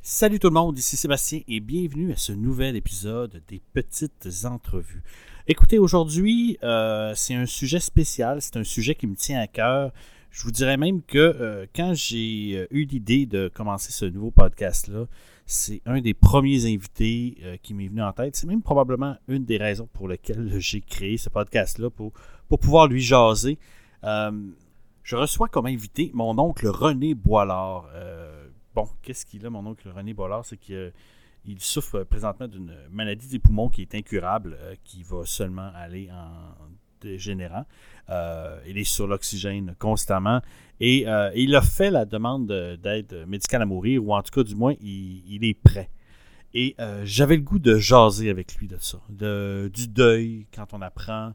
Salut tout le monde, ici Sébastien et bienvenue à ce nouvel épisode des Petites Entrevues. Écoutez, aujourd'hui, euh, c'est un sujet spécial, c'est un sujet qui me tient à cœur. Je vous dirais même que euh, quand j'ai eu l'idée de commencer ce nouveau podcast-là, c'est un des premiers invités euh, qui m'est venu en tête. C'est même probablement une des raisons pour lesquelles j'ai créé ce podcast-là, pour, pour pouvoir lui jaser. Euh, je reçois comme invité mon oncle René Boilard. Euh, bon, qu'est-ce qu'il a, mon oncle René Boilard? C'est qu'il euh, il souffre présentement d'une euh, maladie des poumons qui est incurable, euh, qui va seulement aller en dégénérant. Euh, il est sur l'oxygène constamment et euh, il a fait la demande de- d'aide médicale à mourir, ou en tout cas, du moins, il, il est prêt. Et euh, j'avais le goût de jaser avec lui de ça, de, du deuil quand on apprend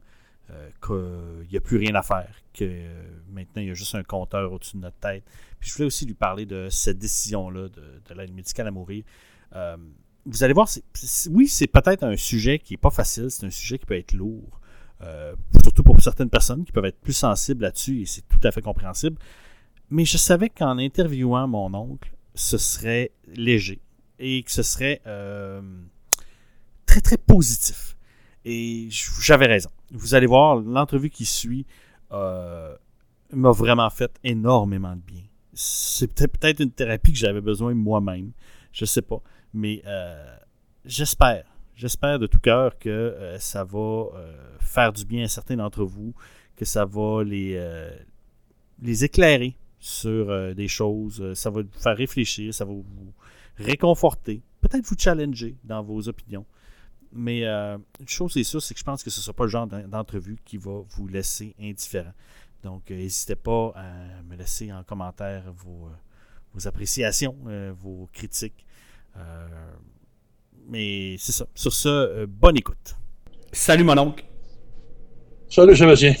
euh, qu'il n'y a plus rien à faire, que euh, maintenant il y a juste un compteur au-dessus de notre tête. Puis je voulais aussi lui parler de cette décision-là de, de l'aide médicale à mourir. Euh, vous allez voir, c'est- c'est- oui, c'est peut-être un sujet qui n'est pas facile, c'est un sujet qui peut être lourd, euh, surtout pour certaines personnes qui peuvent être plus sensibles là-dessus, et c'est tout à fait compréhensible. Mais je savais qu'en interviewant mon oncle, ce serait léger et que ce serait euh, très, très positif. Et j- j'avais raison. Vous allez voir, l'entrevue qui suit euh, m'a vraiment fait énormément de bien. C'est peut-être peut-être une thérapie que j'avais besoin moi-même. Je sais pas. Mais euh, j'espère, j'espère de tout cœur que euh, ça va euh, faire du bien à certains d'entre vous, que ça va les, euh, les éclairer sur euh, des choses, euh, ça va vous faire réfléchir, ça va vous réconforter, peut-être vous challenger dans vos opinions. Mais euh, une chose est sûre, c'est que je pense que ce ne sera pas le genre d'en- d'entrevue qui va vous laisser indifférent. Donc, euh, n'hésitez pas à me laisser en commentaire vos, euh, vos appréciations, euh, vos critiques. Euh, mais c'est ça. Sur ce, euh, bonne écoute. Salut mon oncle. Salut Sébastien.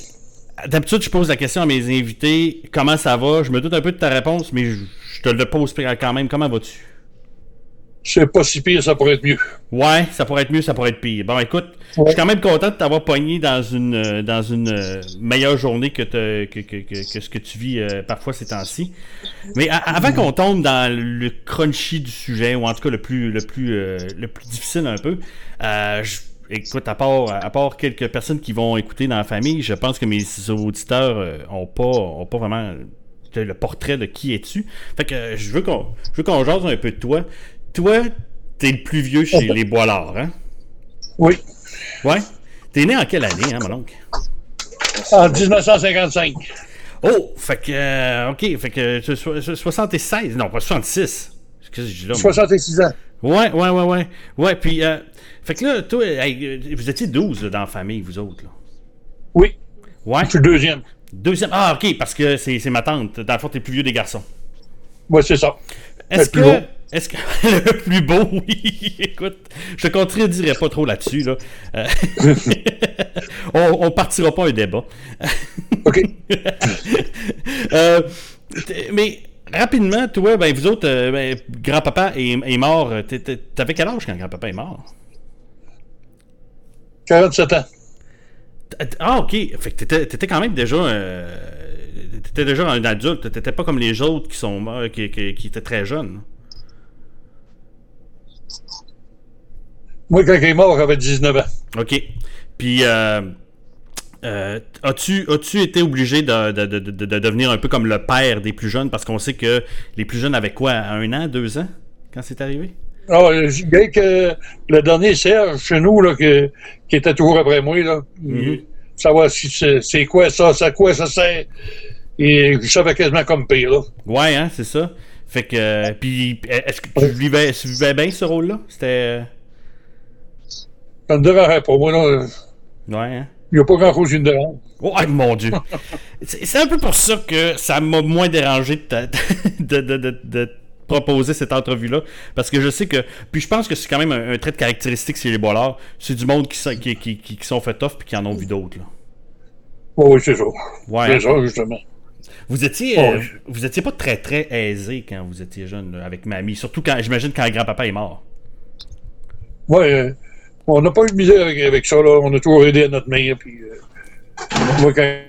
D'habitude, je pose la question à mes invités comment ça va Je me doute un peu de ta réponse, mais je, je te le pose quand même. Comment vas-tu C'est pas si pire, ça pourrait être mieux. Ouais, ça pourrait être mieux, ça pourrait être pire. Bon, écoute, je suis quand même content de t'avoir pogné dans une, euh, dans une euh, meilleure journée que, te- que, que, que, que ce que tu vis euh, parfois ces temps-ci. Mais a- avant qu'on tombe dans le crunchy du sujet, ou en tout cas le plus, le plus, euh, le plus difficile un peu, euh, je- écoute, à part, à part quelques personnes qui vont écouter dans la famille, je pense que mes auditeurs euh, ont, pas, ont pas vraiment le- le portrait de qui es-tu. Fait que euh, je veux qu'on je veux qu'on jase un peu de toi. Toi, t'es le plus vieux chez les Boilards, hein? Oui. Ouais. T'es né en quelle année, hein, mon oncle? En 1955. Oh! Fait que. euh, ok, fait que. so- so- so- 76. Non, pas 66. Qu'est-ce que je dis là? moi? 66 ans. Ouais, ouais, ouais, ouais. Ouais, puis. euh, fait que là, toi, hey, euh, vous étiez 12 là, dans la famille, vous autres, là. Oui. Ouais. Je suis le deuxième. Deuxième. Ah, ok, parce que c'est c'est ma tante. Dans le fond, t'es le plus vieux des garçons. Moi, c'est ça. Est-ce Le plus que. beau. Est-ce que. le plus beau, oui. Écoute, je te contredirai pas trop là-dessus, là. Euh, on, on partira pas un débat. OK. Euh, t- mais rapidement, toi, ben, vous autres, euh, ben, grand-papa est, est mort. euh, t'es- t'es- T'avais quel âge quand grand-papa est mort? 47 ans. T- t- Ah, ok. Fait que t'étais, t'étais quand même déjà. euh, t'étais déjà un adulte. T'étais pas comme les autres qui sont morts, qui, qui- qui étaient très jeunes. Moi, quand il est mort, j'avais 19 ans. OK. Puis, euh, euh, as-tu, as-tu été obligé de, de- de- de- de devenir un peu comme le père des plus jeunes? Parce qu'on sait que les plus jeunes avaient quoi? Un an, deux ans? Quand c'est arrivé? Alors, je dirais que le dernier Serge, chez nous, là, que- qui était toujours après moi, là, Mm-hmm. Mhm. savoir si c'est c'est quoi ça, c'est à quoi ça sert. Et je savais quasiment comme pire, là. Ouais, hein, c'est ça. Fait que. euh, puis, est-ce que tu vivais, tu vivais bien ce rôle-là? C'était. euh, Ça me dérangeait pour moi, là. Ouais, hein? Il n'y a pas grand-chose qui me dérange. Oh, ah, mon Dieu! C'est c'est un peu pour ça que ça m'a moins dérangé de, ta- de, de- de- de proposer cette entrevue-là. Parce que je sais que. Puis je pense que c'est quand même un, un trait de caractéristique chez les bollards. C'est du monde qui, sont- qui, qui, qui- qui sont fait off puis qui en ont vu d'autres. là. Oui, c'est ça. Ouais. hein. C'est ça, justement. Vous étiez, euh, Ouais. vous étiez pas très très aisé quand vous étiez jeune là, avec mamie. Surtout quand. J'imagine quand grand-papa est mort. Ouais, euh, on n'a pas eu de misère avec, avec ça, là. On a toujours aidé à notre mère. Puis, euh, moi, quand,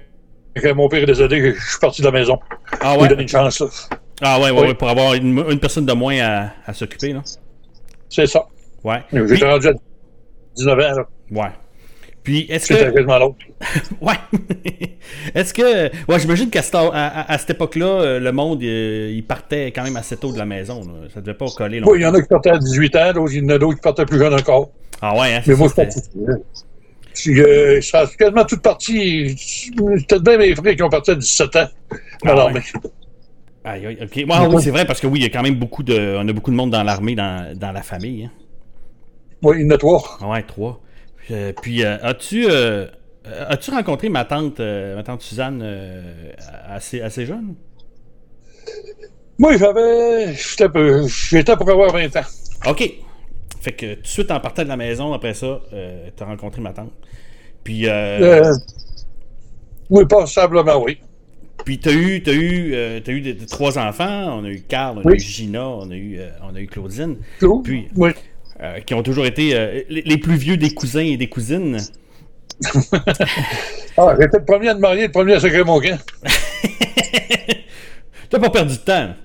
quand mon père est décédé, je suis parti de la maison. Ah On lui ouais? donner une chance, là. Ah ouais, ouais, Oui. ouais, pour avoir une, une personne de moins à, à s'occuper, là. C'est ça. Ouais. J'étais Puis- rendu à 19 ans, là. ouais. Puis est-ce C'était que. quasiment l'autre. Ouais. est-ce que. Ouais, j'imagine qu'à cette, à, à- à cette époque-là, euh, le monde, euh, il partait quand même assez tôt de la maison. là. Ça devait pas coller longtemps. Oui, il y en a qui partaient à 18 ans, d'autres, il y en a d'autres qui partaient plus jeunes encore. Ah ouais, hein, c'est Mais moi, ça, je partais. Puis, euh, je suis quasiment toute partie. Peut-être bien mes frères qui ont parti à 17 ans. Ah Alors, ouais. mais Aïe, aïe, ok. Ouais, oui, c'est vrai, parce que oui, il y a quand même beaucoup de. On a beaucoup de monde dans l'armée, dans, dans la famille. hein. oui, il y en a trois. Ah Ouais, trois. Euh, puis, euh, as-tu. euh, euh, As-tu rencontré ma tante, euh, ma tante Suzanne euh, assez, assez jeune? Moi, j'avais. J'étais peu- j'étais pour avoir 20 ans. OK. Fait que tout de suite, en partant de la maison, après ça, euh, t'as rencontré ma tante. Puis, euh, Euh, oui, passablement, oui. puis t'as eu, t'as eu, euh, t'as eu des- des- trois enfants. On a eu Carl, on a Oui. eu Gina, on a eu, euh, on a eu Claudine, Claude? Puis- Oui. euh, qui ont toujours été euh, les, les plus vieux des cousins et des cousines. Ah, j'étais le premier à me marier, le premier à sacrer mon camp. T'as pas perdu de temps.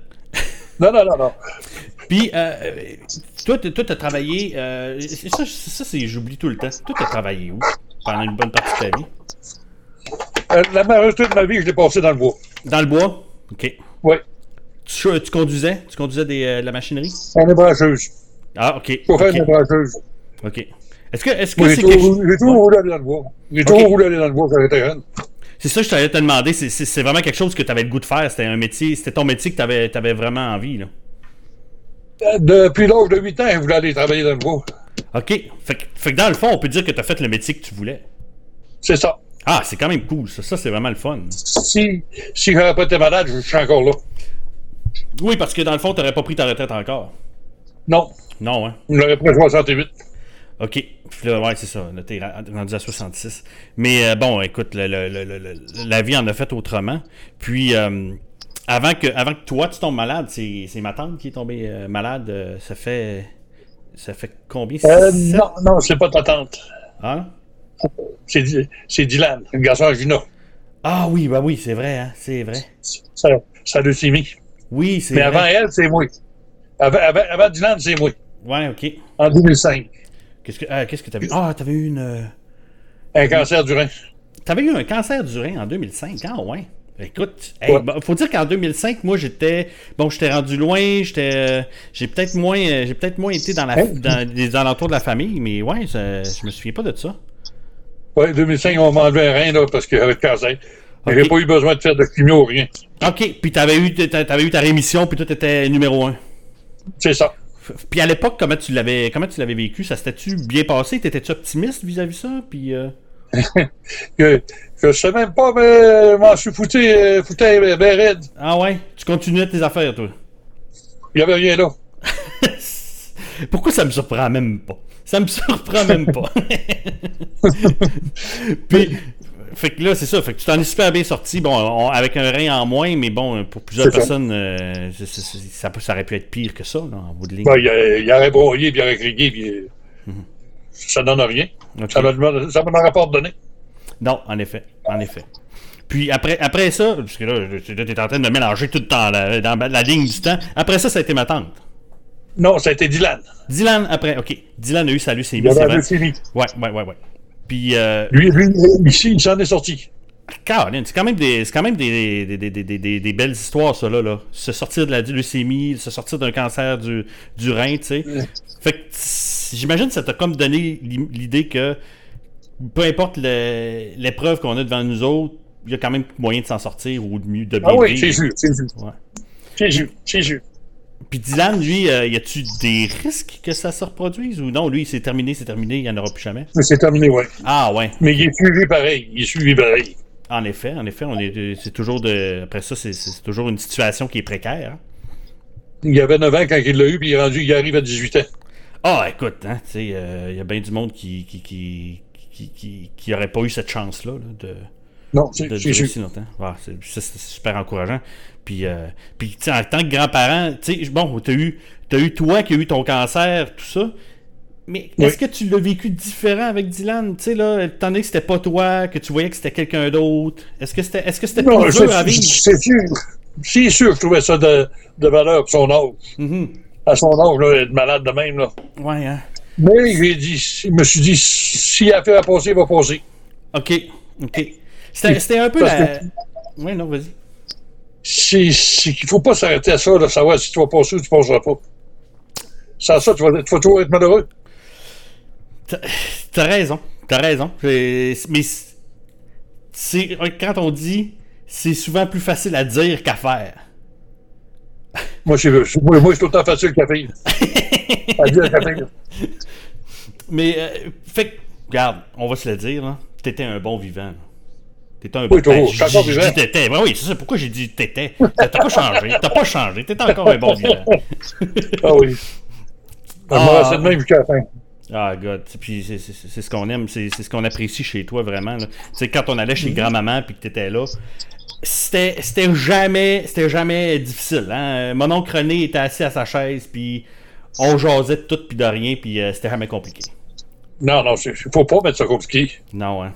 Non, non, non, non. Puis, euh, toi, t'as- toi, t'as travaillé. euh, ça, ça c'est, j'oublie tout le temps. Toi, t'as travaillé où pendant une bonne partie de ta vie Euh, la majorité de ma vie, je l'ai passée dans le bois. Dans le bois. Ok. Oui. Tu, tu conduisais Tu conduisais des, euh, de la machinerie En ébrancheuse. Ah, ok. Pour faire ok, une ébrancheuse. ok. Est-ce que c'est -ce que J'ai c'est quelque chose- toujours j'ai toujours voulu aller dans le bois. J'ai toujours voulu aller dans le bois quand j'étais jeune. C'est ça que je t'allais te demander. C'est- C'est c'est vraiment quelque chose que tu avais le goût de faire. C'était un métier, c'était ton métier que tu avais, vraiment envie. Là. Euh, Depuis l'âge de 8 ans, je voulais aller travailler dans le bois. OK. Fait, que- fait que dans le fond, on peut dire que tu as fait le métier que tu voulais. C'est ça. Ah, c'est quand même cool. Ça, ça c'est vraiment le fun. Si, si j'aurais pas été malade, je serais encore là. Oui, parce que dans le fond, tu pas pris ta retraite encore. Non, Non, hein. je l'aurais pris à 68. OK. Puis là, ouais, c'est ça. Là, t'es ra- rendu à 66. Mais euh, bon, écoute, le- le- le- le- le- la vie en a fait autrement. Puis, euh, avant, que, avant que toi, tu tombes malade, c'est c'est ma tante qui est tombée euh, malade. euh, ça fait. Ça fait combien Euh, Sept? non, non, c'est pas ta tante. Hein? C'est Dy- c'est Dylan, le garçon à Gina. Ah oui, bah oui, c'est vrai, hein, c'est vrai. Ça, ça le mis. Oui, c'est Mais vrai. avant elle, c'est moi. Avant, avant, avant Dylan, c'est moi. Ouais, ok. En 2005. Qu'est-ce que ah, qu'est-ce que t'avais Ah, t'avais eu une euh, Un cancer du rein. t'avais eu un cancer du rein en 2005. Ah ouais. Écoute, hey, Ouais. bah, faut dire qu'en 2005, moi j'étais bon, j'étais rendu loin, j'étais euh, j'ai peut-être moins euh, j'ai peut-être moins été dans la Hey. dans les alentours de la famille, mais ouais, ça- je me souviens pas de ça. Oui, 2005, on m'a enlevé un rein, là, parce que j'avais le cancer. Mais J'ai Ok. pas eu besoin de faire de chimio ou rien. OK, puis t'avais eu t'a- t'avais eu ta rémission puis toi t'étais numéro un. C'est ça. F- Puis à l'époque, comment tu l'avais comment tu l'avais vécu, ça s'était-tu bien passé, t'étais-tu optimiste vis-à-vis ça puis euh, Je, je sais même pas, mais je m'en suis foutu, euh, fouté, euh, ben raide. Ah ouais, tu continuais tes affaires toi. Il y avait rien là. Pourquoi ça me surprend même pas? Ça me surprend même pas. Puis, fait que là, c'est ça. Fait que tu t'en es super bien sorti. Bon, on- avec un rein en moins, mais bon, pour plusieurs C'est ça. personnes, euh, c'est- c'est- c'est- ça, peut- ça aurait pu être pire que ça, là, en bout de ligne. Ben, il, y- il aurait broyé, puis il aurait crié, puis euh, ça donne rien. Mhm. Ok. Ça me ça me l'aurait pas donné. Non, en effet. En effet. Puis après, après ça, parce que là, tu es en train de mélanger tout le temps là, dans la ligne du temps. Après ça, ça a été ma tante. Non, ça a été Dylan. Dylan, après, ok. Dylan a eu sa leucémie, Il y c'est avait vrai. un fini. Ouais, ouais, ouais, ouais. Puis, euh, Lui, lui, ici, il s'en est sorti. Caroline, c'est quand même des, c'est quand même des, des, des- des- des- des- des belles histoires, ça, là, là. Se sortir de la leucémie, se sortir d'un cancer du, du rein, tu sais. Fait que tss, j'imagine que ça t'a comme donné l'i- l'idée que peu importe le- l'épreuve qu'on a devant nous autres, il y a quand même moyen de s'en sortir ou de mieux de bien Ah oui, vivre. c'est sûr, c'est sûr. Ouais. C'est sûr, c'est sûr. Puis Dylan, lui, euh, y a-tu des risques que ça se reproduise ou non? Lui, c'est terminé, c'est terminé, il n'y en aura plus jamais. Mais c'est terminé, ouais. Ah ouais. Mais il est suivi pareil. Il est suivi pareil. En effet, en effet, on est, c'est toujours de. Après ça, c'est- c'est toujours une situation qui est précaire. hein. Il avait 9 ans quand il l'a eu, puis il est rendu, il arrive à 18 ans. Ah, écoute, hein, tu sais, il y a bien du monde qui qui, qui, qui, qui- qui aurait pas eu cette chance-là là, de, Non, de c'est c'est durer sûr. si longtemps. Ah, c'est, ça, c'est super encourageant. Puis, euh, puis tu sais, en tant que grand-parent, tu sais, bon, t'as eu, t'as eu toi qui as eu ton cancer, tout ça. Mais Oui. est-ce que tu l'as vécu différent avec Dylan? Tu sais, là, étant donné que c'était pas toi, que tu voyais que c'était quelqu'un d'autre, est-ce que c'était, est-ce que c'était Non, plus c'est dur à vivre? c'est sûr. c'est sûr que je trouvais ça de, de valeur pour son âge. À son âge, là, être malade de même. Là. Mhm. Ouais, hein. Mais j'ai dit, je me suis dit, s'il a fait à passer, il va passer. OK. OK. C'était c'était un peu Parce la. Ouais, non, vas-y. C'est c'est qu'il faut pas s'arrêter à ça, de savoir si tu vas passer ou tu passeras pas. Sans ça, tu vas, tu vas toujours être malheureux. T'as raison, t'as raison. J'ai- Mais c'est- c'est quand on dit, c'est souvent plus facile à dire qu'à faire. Moi, c'est moi, moi, c'est autant facile qu'à faire. À dire qu'à faire. Mais euh, fait, que, regarde, on va se le dire, là, t'étais un bon vivant. là. T'étais un Oui, toujours, Ben, je suis j'ai- encore j'ai vivant. dit t'étais. Ouais, oui, c'est ça. Pourquoi j'ai dit t'étais T'as t'as pas changé. T'as pas changé. T'étais encore un bon vivant. Ah oui. Je me Ah. restais de même jusqu'à la fin. Ah, God. Puis c'est c'est- c'est ce qu'on aime, c'est c'est ce qu'on apprécie chez toi, vraiment. là. Tu sais, quand on allait Mhm. chez grand-maman puis que t'étais là, c'était c'était jamais, c'était jamais difficile. Hein? Euh, Mon oncle René était assis à sa chaise, puis on jasait de tout puis de rien, puis euh, c'était jamais compliqué. Non, non, il faut pas mettre ça compliqué. Non, hein.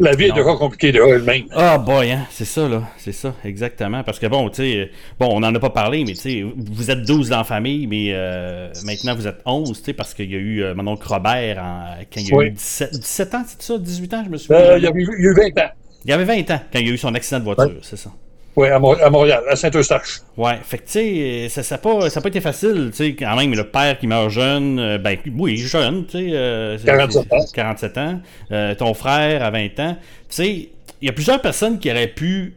La vie est Non. déjà compliquée de elle-même. Ah boy, hein, c'est ça là, c'est ça, exactement. Parce que bon, tu sais, euh, bon, on en a pas parlé, mais tu sais, vous êtes 12 dans la famille, mais euh, maintenant vous êtes 11, tu sais, parce qu'il y a eu euh, mon oncle Robert en- quand il y a Oui. eu 17, 17 ans, c'est ça, 18 ans, je me souviens. Euh, il y a eu il y a eu 20 ans. Il y avait 20 ans quand il y a eu son accident de voiture, c'est ça. Oui, à, Mont- à Montréal, à Saint-Eustache. Ouais, fait que tu sais, ça n'a ça a pas, ça a pas été facile, tu sais, quand même, le père qui meurt jeune, euh, ben oui, jeune, tu sais. euh, c'est- 47 ans. 47 ans. Euh, ton frère à 20 ans. Tu sais, il y a plusieurs personnes qui auraient pu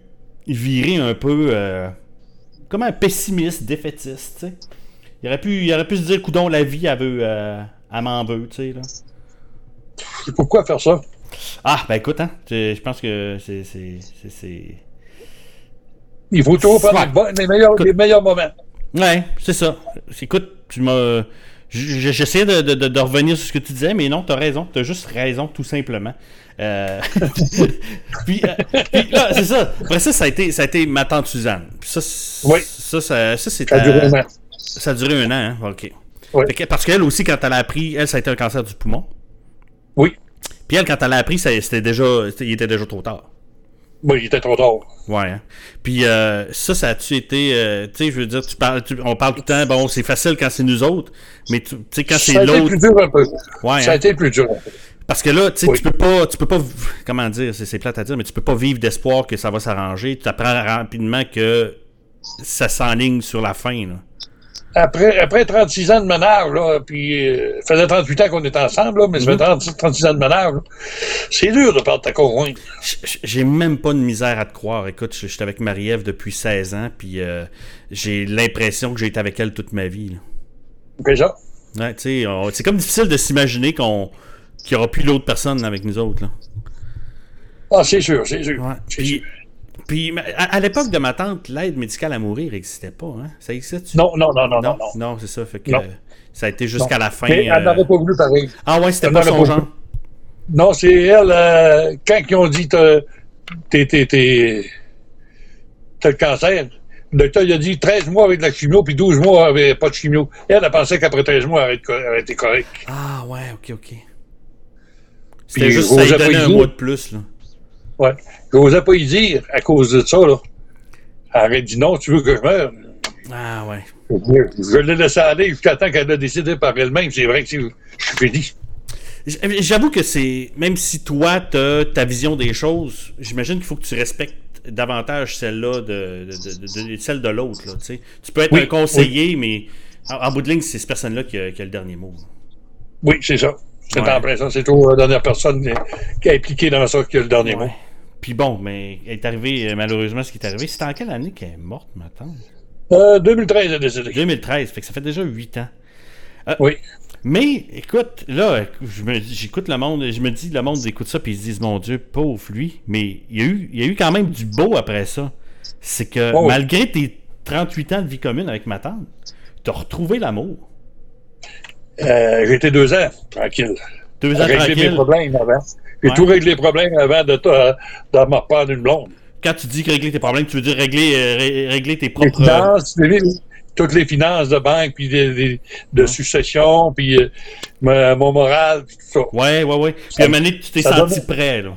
virer un peu euh, comme un pessimiste, défaitiste, tu sais. Il aurait pu, il aurait pu se dire, coudon, la vie, elle veut, euh, elle m'en veut, tu sais, là. Et Pourquoi faire ça? Ah, ben écoute, hein, tu- je pense que c'est, c'est, c'est- c'est... Il faut toujours prendre Ouais. les, bonnes- les meilleurs, les meilleurs Euh, moments. Ouais, c'est ça. Écoute, tu m'as. j- j- J'essayais de, de- de- de revenir sur ce que tu disais, mais non, t'as raison. T'as juste raison, tout simplement. Euh, puis, euh, puis là, c'est ça. Après ça, ça a été, ça a été ma tante Suzanne. Puis ça, c- Oui. ça, ça, ça, c'est Ça a duré ta- un an. ça a duré un an, hein? OK. Oui. Fait que- parce qu'elle aussi, quand elle a appris, elle, ça a été un cancer du poumon. Oui. Puis elle, quand elle a appris, ça- c'était déjà, c'était- il était déjà trop tard. Oui, il était trop tard. Ouais. hein. Puis euh, ça, ça a-tu été, euh, tu sais, je veux dire, tu parles, tu- on parle tout le temps, bon, c'est facile quand c'est nous autres, mais tu tu sais, quand Ça a c'est été l'autre, plus dur un peu. Ouais, ça hein. a été plus dur. parce que là, tu sais, Oui. tu peux pas, tu peux pas, v- comment dire, c'est c'est plate à dire, mais tu peux pas vivre d'espoir que ça va s'arranger. Tu apprends rapidement que ça s'enligne sur la fin. Là. Après, après 36 ans de ménage, là, puis euh, ça faisait 38 ans qu'on était ensemble, là, mais Mhm. ça fait 30 36 ans de ménage. là. C'est dur de perdre ta conjointe. J- j- J'ai même pas de misère à te croire. Écoute, je je suis avec Marie-Ève depuis 16 ans, puis euh, j'ai l'impression que j'ai été avec elle toute ma vie. là. Déjà. Ouais, tu sais, on- c'est comme difficile de s'imaginer qu'on qu'il n'y aura plus l'autre personne avec nous autres. Là. Ah, c'est sûr, c'est sûr. Ouais. C'est Puis, sûr. puis, ma- à, à l'époque de ma tante, l'aide médicale à mourir n'existait pas. Hein? Ça existe Non, non, non, non, non. non, non. non, c'est ça. Fait que Non. euh, ça a été jusqu'à la fin. Mais elle euh, n'aurait pas voulu pareil. Ah ouais, c'était elle pas n'aurait son pas genre. Non, c'est elle. euh, quand ils ont dit t'as t'es- t'es- t'es- t'as le cancer, le docteur il a dit 13 mois avec de la chimio, puis 12 mois avec pas de chimio. Elle, elle pensait qu'après 13 mois, elle aurait été co- elle aurait été correcte. Ah ouais, ok, ok. C'était Puis juste ça lui Rosa donnait un Paisou- mois de plus. Là. Ouais. Je n'osais pas y dire à cause de ça. Là. Elle aurait dit non, tu veux que je meure. Ah ouais. Je je l'ai laissé aller jusqu'à temps qu'elle a décidé par elle-même. C'est vrai que c'est- je suis fini. J- euh, J'avoue que c'est. Même si toi, t'as ta vision des choses, j'imagine qu'il faut que tu respectes davantage celle-là de, de- de- de- de- celle de l'autre. là, tu sais. Tu peux être Oui, un conseiller, mais en, en bout de ligne, c'est cette personne-là qui, a- qui a le dernier mot. Oui, c'est ça. C'est Ouais. en plein ça. C'est toujours la dernière personne qui- qui est impliquée dans ça qui a le dernier mot. Ouais. Puis bon, mais elle est arrivé malheureusement ce qui est arrivé. C'était en quelle année qu'elle est morte, ma tante? Euh, 2013, elle a décidé. 2013, fait que ça fait déjà 8 ans. Euh, Oui. Mais écoute, là, je me- j'écoute le monde, je me dis, le monde écoute ça, puis ils se disent, mon Dieu, pauvre lui. Mais il y, a eu, il y a eu quand même du beau après ça. C'est que Oh oui. malgré tes 38 ans de vie commune avec ma tante, t'as retrouvé l'amour. Euh, j'ai été deux ans, tranquille. Deux ans J'ai réglé mes tranquille. problèmes avant. J'ai Ouais. tout réglé les problèmes avant de, ta- de me reprendre une blonde. Quand tu dis que régler tes problèmes, tu veux dire régler, euh, ré- régler tes Les propres. finances, euh, les- toutes les finances de banque, puis des- des- de succession, puis euh, ma- mon moral, puis tout ça. Ouais, ouais, ouais. Puis à un moment donné, tu t'es ça senti donne- prêt, là.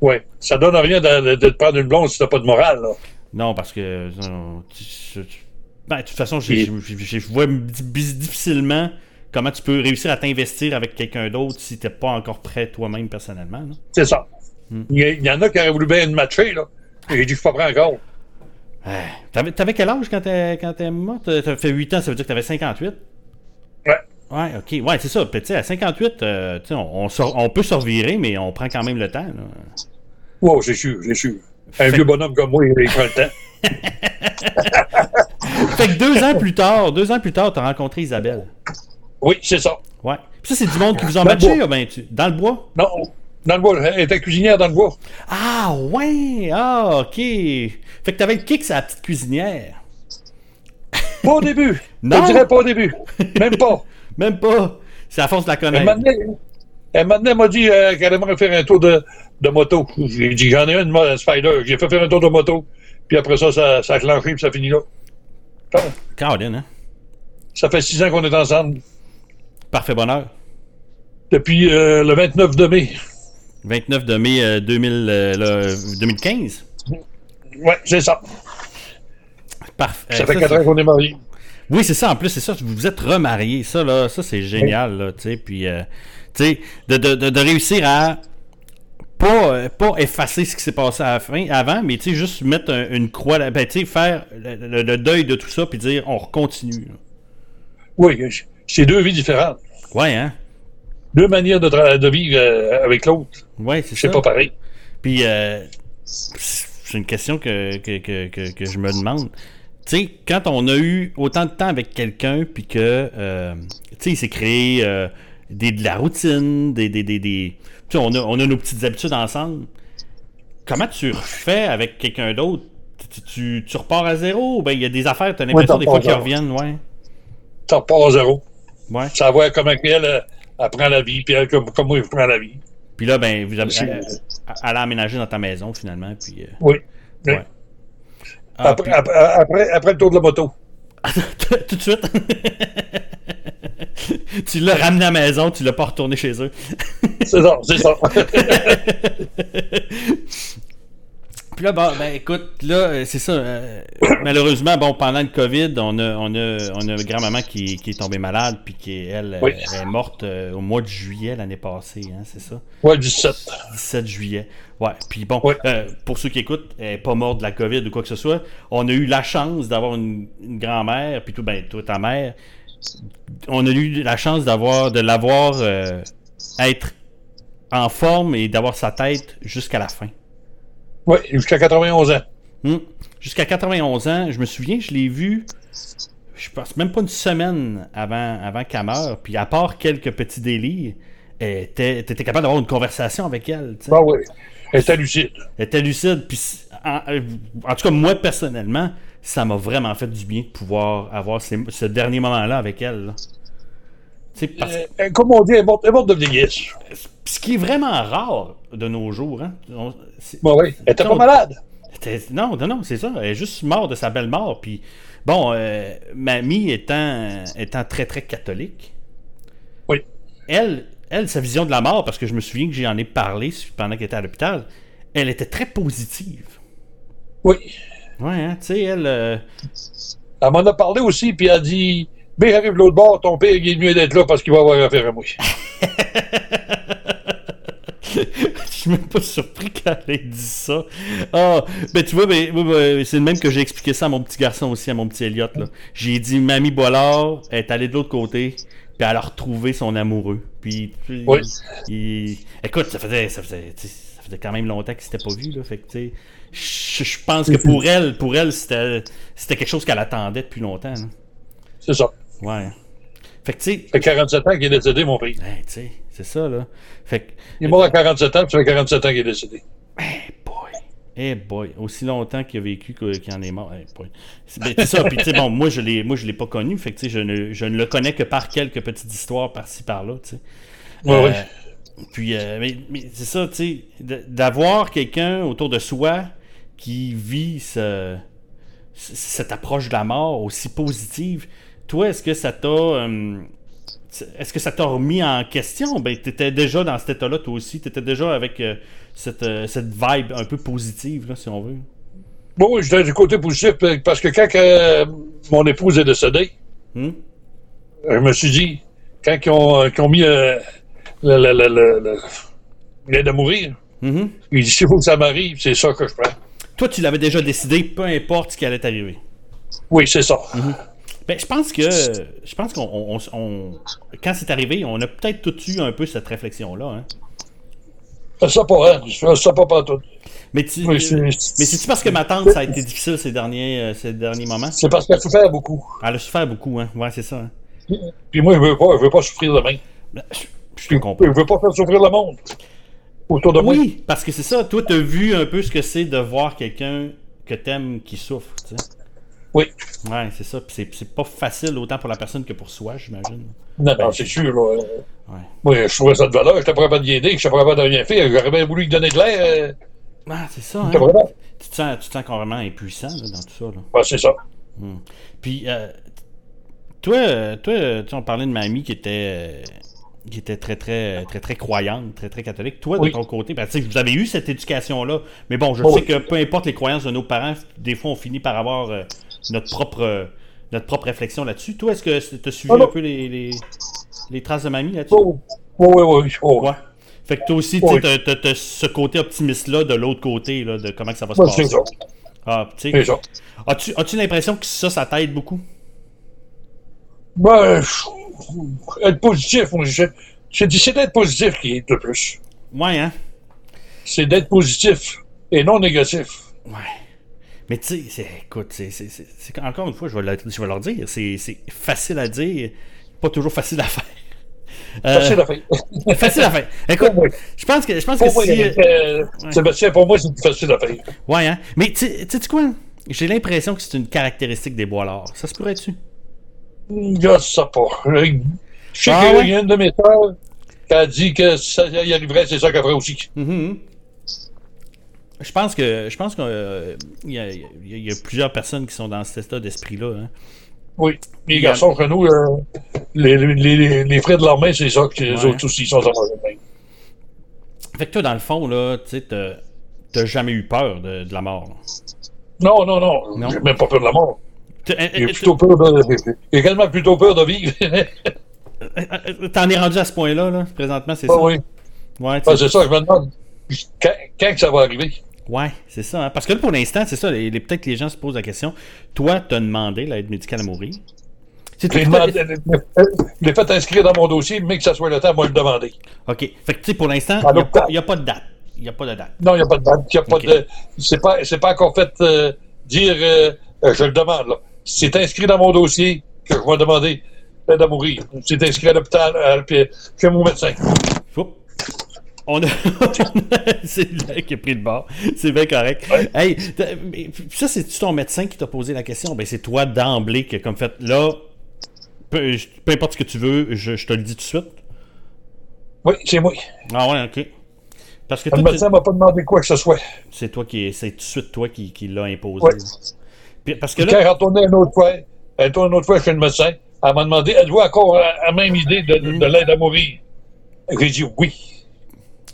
Ouais, ça donne rien de, de- de te prendre une blonde si t'as pas de morale. Là. Non, parce que. non, tu- tu- tu- ben, de toute façon, j'ai- j'ai- j'ai- je vois di- bis- difficilement comment tu peux réussir à t'investir avec quelqu'un d'autre si t'es pas encore prêt toi-même personnellement. là. C'est ça. Hmm. Il y, a- il y en a qui auraient voulu bien me matcher, là. J'ai dit, je suis pas prêt encore. Ouais. T'avais, t'avais quel âge quand t'es, quand t'es mort? T'as, t'as fait 8 ans, ça veut dire que t'avais 58? Ouais. Ouais, ok. Ouais, c'est ça. Puis, tu sais, à 58, euh, tu sais, on, on, sort- on peut se revirer, mais on prend quand même le temps. là. Wow, c'est sûr, c'est sûr. Un Fait- vieux bonhomme comme moi, il, il prend le temps. Fait que deux ans plus tard, deux ans plus tard, t'as rencontré Isabelle. Oui, c'est ça. Ouais. Puis ça, c'est du monde qui vous a Dans le matché, bois. ah ben, tu- dans le bois? Non, dans le bois, elle était cuisinière dans le bois. Ah, ouais! Ah, ok. Fait que t'avais le kick sur la petite cuisinière. Pas au début. Non. Je dirais pas au début. Même pas. Même pas. C'est à force de la Elle connaître. m'a donné- elle m'a donné, elle m'a dit euh, qu'elle aimerait faire un tour de, de moto. J'ai dit, j'en ai une, moi, Spider. J'ai fait faire un tour de moto. Puis après ça, ça, ça a clenché, puis ça finit là. Bon, Caroline, hein? Ça fait six ans qu'on est ensemble. Parfait bonheur. Depuis euh, le 29 de mai. 29 de mai euh, 2000, euh, le- 2015. Ouais, c'est ça. Parfait. Ça fait euh, Ça, quatre c'est- ans qu'on est mariés. Oui, c'est ça. En plus, c'est ça. Vous vous êtes remariés. Ça, là, ça, c'est génial, là. Tu sais, puis, euh, tu sais, de, de, de, de réussir à pas, euh, pas effacer ce qui s'est passé à la fin, avant, mais tu sais, juste mettre un- une croix, là- ben, tu sais, faire le, le- le deuil de tout ça, puis dire, on recontinue. là. Oui, c'est deux vies différentes. Ouais, hein? Deux manières de, tra- de vivre euh, avec l'autre. Ouais, c'est ça. C'est pas pareil. Puis, euh, c'est une question que, que, que, que, que je me demande. Tu sais, quand on a eu autant de temps avec quelqu'un, puis que, euh, tu sais, il s'est créé euh, des, de la routine, des. des, des, des- tu sais, on a, on a nos petites habitudes ensemble. Comment tu refais avec quelqu'un d'autre tu, tu, tu repars à zéro? Ben, il y a des affaires, t'as l'impression t'en des fois repars qu'ils à zéro. reviennent, ouais. Ça repart à zéro. Ouais. Ça va comment elle, euh, elle prend la vie, puis elle, comme, comme moi, je prends la vie. Puis là, ben, vous avez, C'est- elle, elle a aménagé dans ta maison, finalement, puis. euh, Oui. Oui. ouais. Ah, Après, après, après, après le tour de la moto. tout de suite. tu l'as ramené à la maison, tu l'as pas retourné chez eux. C'est ça, c'est ça. Puis là, bon, ben, écoute, là, euh, c'est ça. euh, malheureusement, bon, pendant le COVID, on a, on a, on a grand-maman qui, qui est tombée malade, puis qui, elle, euh, Oui. elle est morte euh, au mois de juillet l'année passée, hein, c'est ça? ouais, 17. 17 juillet. Ouais. Puis bon, Ouais. euh, pour ceux qui écoutent, elle n'est pas morte de la COVID ou quoi que ce soit. On a eu la chance d'avoir une, une grand-mère, puis tout, ben, toi, ta mère. On a eu la chance d'avoir, de l'avoir, euh, être en forme et d'avoir sa tête jusqu'à la fin. Oui, jusqu'à 91 ans. Hmm. Jusqu'à 91 ans, je me souviens, je l'ai vu, je pense même pas une semaine avant, avant qu'elle meure. Puis à part quelques petits délires, euh, t'es- t'étais capable d'avoir une conversation avec elle. tu sais. Ah oui. Elle était lucide. Elle était lucide. Puis, c- en, euh, en tout cas, moi, personnellement, ça m'a vraiment fait du bien de pouvoir avoir ces- ce dernier moment-là avec elle. là. Tu sais, parce que Euh, comme on dit, elle est morte, elle est morte de vieillesse. ce qui est vraiment rare de nos jours, hein, on- c'est- Bon, Bah oui. Elle était Non. pas malade. c'était- Non, non, non, c'est ça. Elle est juste morte de sa belle mort. Puis, bon, euh, mamie étant, étant très, très catholique, Oui. elle, elle, sa vision de la mort, parce que je me souviens que j'en ai parlé pendant qu'elle était à l'hôpital, elle était très positive. Oui. Ouais, hein, tu sais, elle. euh, Elle m'en a parlé aussi, puis elle a dit Mais arrive l'autre bord, ton père, il est mieux d'être là parce qu'il va avoir affaire à moi. Je suis même pas surpris qu'elle ait dit ça. Ah, ben tu vois, ben, ben, ben, c'est le même que j'ai expliqué ça à mon petit garçon aussi, à mon petit Elliot. là. J'ai dit, Mamie Bollard est allée de l'autre côté, puis elle a retrouvé son amoureux. Puis, tu- Oui. il- écoute, ça faisait, ça faisait, tu sais, ça faisait quand même longtemps qu'ils s'étaient pas vus, là. Fait que, tu sais, je je pense que pour elle, pour elle, c'était c'était quelque chose qu'elle attendait depuis longtemps. là. C'est ça. Ouais. Fait que, tu sais, Ça fait 47 ans qu'il est décédé, mon père. hey, tu sais, c'est ça, là. Fait que, Il est mort à 47 ans, puis ça fait 47 ans qu'il est décédé. Eh boy. Eh boy. Aussi longtemps qu'il a vécu que- qu'il en est mort. Eh boy. C'est ben, c'est ça. Puis, tu sais, bon, moi, je l'ai- moi, je l'ai pas connu. Fait que, tu sais, je ne, je ne le connais que par quelques petites histoires par-ci, par-là, tu sais. Ouais, Euh, ouais. Puis, euh, mais, mais c'est ça, tu sais, de- d'avoir quelqu'un autour de soi qui vit ce, c- cette approche de la mort aussi positive, toi, est-ce que ça t'a. euh, est-ce que ça t'a remis en question? Ben, t'étais déjà dans cet état-là, toi aussi. T'étais déjà avec euh, cette, euh, cette vibe un peu positive, là, si on veut. Bon, oui, je donne du côté positif euh, parce que quand euh, mon épouse est décédée, Hum? je me suis dit, quand ils ont, qu'ils ont mis euh, le, le, le, le- le- il vient de mourir, Mhm. il dit, s'il faut que ça m'arrive, c'est ça que je prends. Toi, tu l'avais déjà décidé, peu importe ce qui allait t'arriver. Oui, c'est ça. Ben, je pense que. Je pense qu'on. on- on- on- quand c'est arrivé, on a peut-être tout eu un peu cette réflexion-là. hein. Fais ça pour elle, je fais ça pas pour tout. Mais tu. Oui, c'est- euh, mais c'est-tu parce que ma tante, ça a été difficile ces derniers, euh, ces derniers moments? C'est parce qu'elle souffert beaucoup. Elle a souffert beaucoup, hein? Ouais, c'est ça. hein. Puis moi, je veux pas, je veux pas souffrir demain. Ben, je, je te Je comprends. je veux pas faire souffrir le monde autour de moi. Oui, parce que c'est ça. Toi, t'as vu un peu ce que c'est de voir quelqu'un que t'aimes qui souffre, tu sais. Oui. Ouais, c'est ça. Puis c'est- c'est pas facile autant pour la personne que pour soi, j'imagine. Non, non, c'est sûr. Là. Ouais. Moi, je trouvais ça de valeur. Je te prends pas de guider, je te prends pas de rien faire. J'aurais bien voulu lui donner de l'air. euh, Ah, c'est ça, hein? C'est vrai. Tu te sens, tu te sens carrément impuissant là, dans tout ça, là. ben, c'est ça. Puis, euh, toi, euh, toi, euh, tu sais, on parlait de mamie qui était, euh, qui était très, très, très, très croyante, très, très catholique. Toi, Oui. de ton côté, ben, tu sais, vous avez eu cette éducation-là. Mais bon, je Oh, sais oui. que peu importe les croyances de nos parents, des fois, on finit par avoir euh, notre propre, euh, notre propre réflexion là-dessus. Toi, est-ce que tu as suivi Ah, non. un peu les, les, les traces de mamie là-dessus? Oh, oui, oui, oui. oh. Ouais. Fait que toi aussi, Oui. tu sais, t'as- t'as- t'as ce côté optimiste-là de l'autre côté, là, de comment que ça va se Ben, passer. c'est ça. Ah, tu C'est sais, ça. as-tu as-tu l'impression que ça, ça t'aide beaucoup? Ben, je- être positif, moi, je- c'est c'est d'être positif qui est le plus. Ouais, hein? C'est d'être positif et non négatif. Ouais. Mais tu sais, c'est- écoute, c'est- c'est- c'est- c'est- encore une fois, je vais, le- je vais leur dire, c'est c'est facile à dire, pas toujours facile à faire. Euh, Merci, la fin. facile à faire. Écoute, Oui. je pense que, je pense que Pour moi, si... euh, euh, Sébastien, pour moi, c'est plus facile à faire. ouais, hein? Mais tu tu sais quoi? J'ai l'impression que c'est une caractéristique des boilards. Ça se pourrait-tu? Je sais pas. Je je sais Ah, qu'il ouais? y a une de mes sœurs qui a dit que ça y arriverait, c'est ça qu'elle ferait aussi. Mhm. Je pense que je pense qu'il y, a- il y a- il y a plusieurs personnes qui sont dans cet état d'esprit-là. hein. Oui. Les Il y a- garçons que nous, euh, les, les, les, les frais de l'armée, c'est ça que les Ouais. autres aussi ils sont en main. Fait que toi, dans le fond, là, tu sais, t'as t'as jamais eu peur de, de la mort. là. Non, non, non. Non. J'ai même pas peur de la mort. T'as- J'ai plutôt peur de. J'ai également plutôt peur de vivre. Euh, T'en es rendu à ce point-là, là, présentement, c'est Ah ça? oui. Ouais, tu- Ah, c'est ça, je me demande quand, quand que ça va arriver. ouais, c'est ça. hein. Parce que là, pour l'instant, c'est ça, les, les- peut-être que les gens se posent la question. Toi, t'as demandé l'aide médicale à mourir. C'est Je l'ai demandé- je l'ai fait inscrire dans mon dossier, mais que ça soit le temps, moi, je le demander. OK. Fait que, tu sais, pour l'instant, À il n'y a, l'hôpital. pas- y a pas de date. Il n'y a pas de date. Non, il n'y a pas de date. Y a pas Ok. de... C'est pas, c'est pas encore fait euh, dire euh, euh, je le demande. Là. C'est inscrit dans mon dossier que je vais demander l'aide à mourir. C'est inscrit à l'hôpital, à l'hôpital, chez mon médecin. Oups. On a... c'est là qui a pris le bord. C'est bien correct. Hey, t'as- mais ça, c'est-tu ton médecin qui t'a posé la question? Ben, c'est toi d'emblée que, comme fait, là, peu, peu importe ce que tu veux, je, je te le dis tout de suite. Oui, c'est moi. Ah ouais, OK. Parce que Le toi, tu- médecin ne m'a pas demandé quoi que ce soit. c'est toi qui c'est tout de suite toi qui, qui l'a imposé. Ouais. Puis- parce que Quand là, elle retournait une autre fois, elle retourne une autre fois chez le médecin, elle m'a demandé avez-vous encore la, la même idée de, de- de Mm-hmm. l'aide à mourir J'ai dit oui.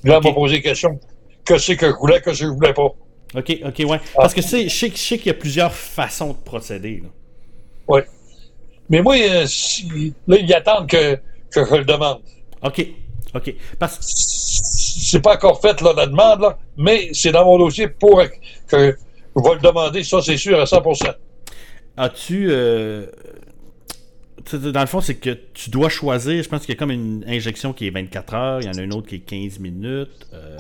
Là, Ok. elle m'a posé la question que c'est que je voulais, que ce que je voulais pas. OK, OK, ouais. Ah. Parce que tu sais, je sais, que- je sais qu'il y a plusieurs façons de procéder. là. Oui. Mais moi, euh, si- là, ils attendent que, que je le demande. OK. OK. Parce C'est pas encore fait, là, la demande, là, mais c'est dans mon dossier pour que je vais le demander, ça, c'est sûr, à 100 as-tu euh, tu sais, dans le fond, c'est que tu dois choisir. Je pense qu'il y a comme une injection qui est 24 heures, il y en a une autre qui est 15 minutes. euh,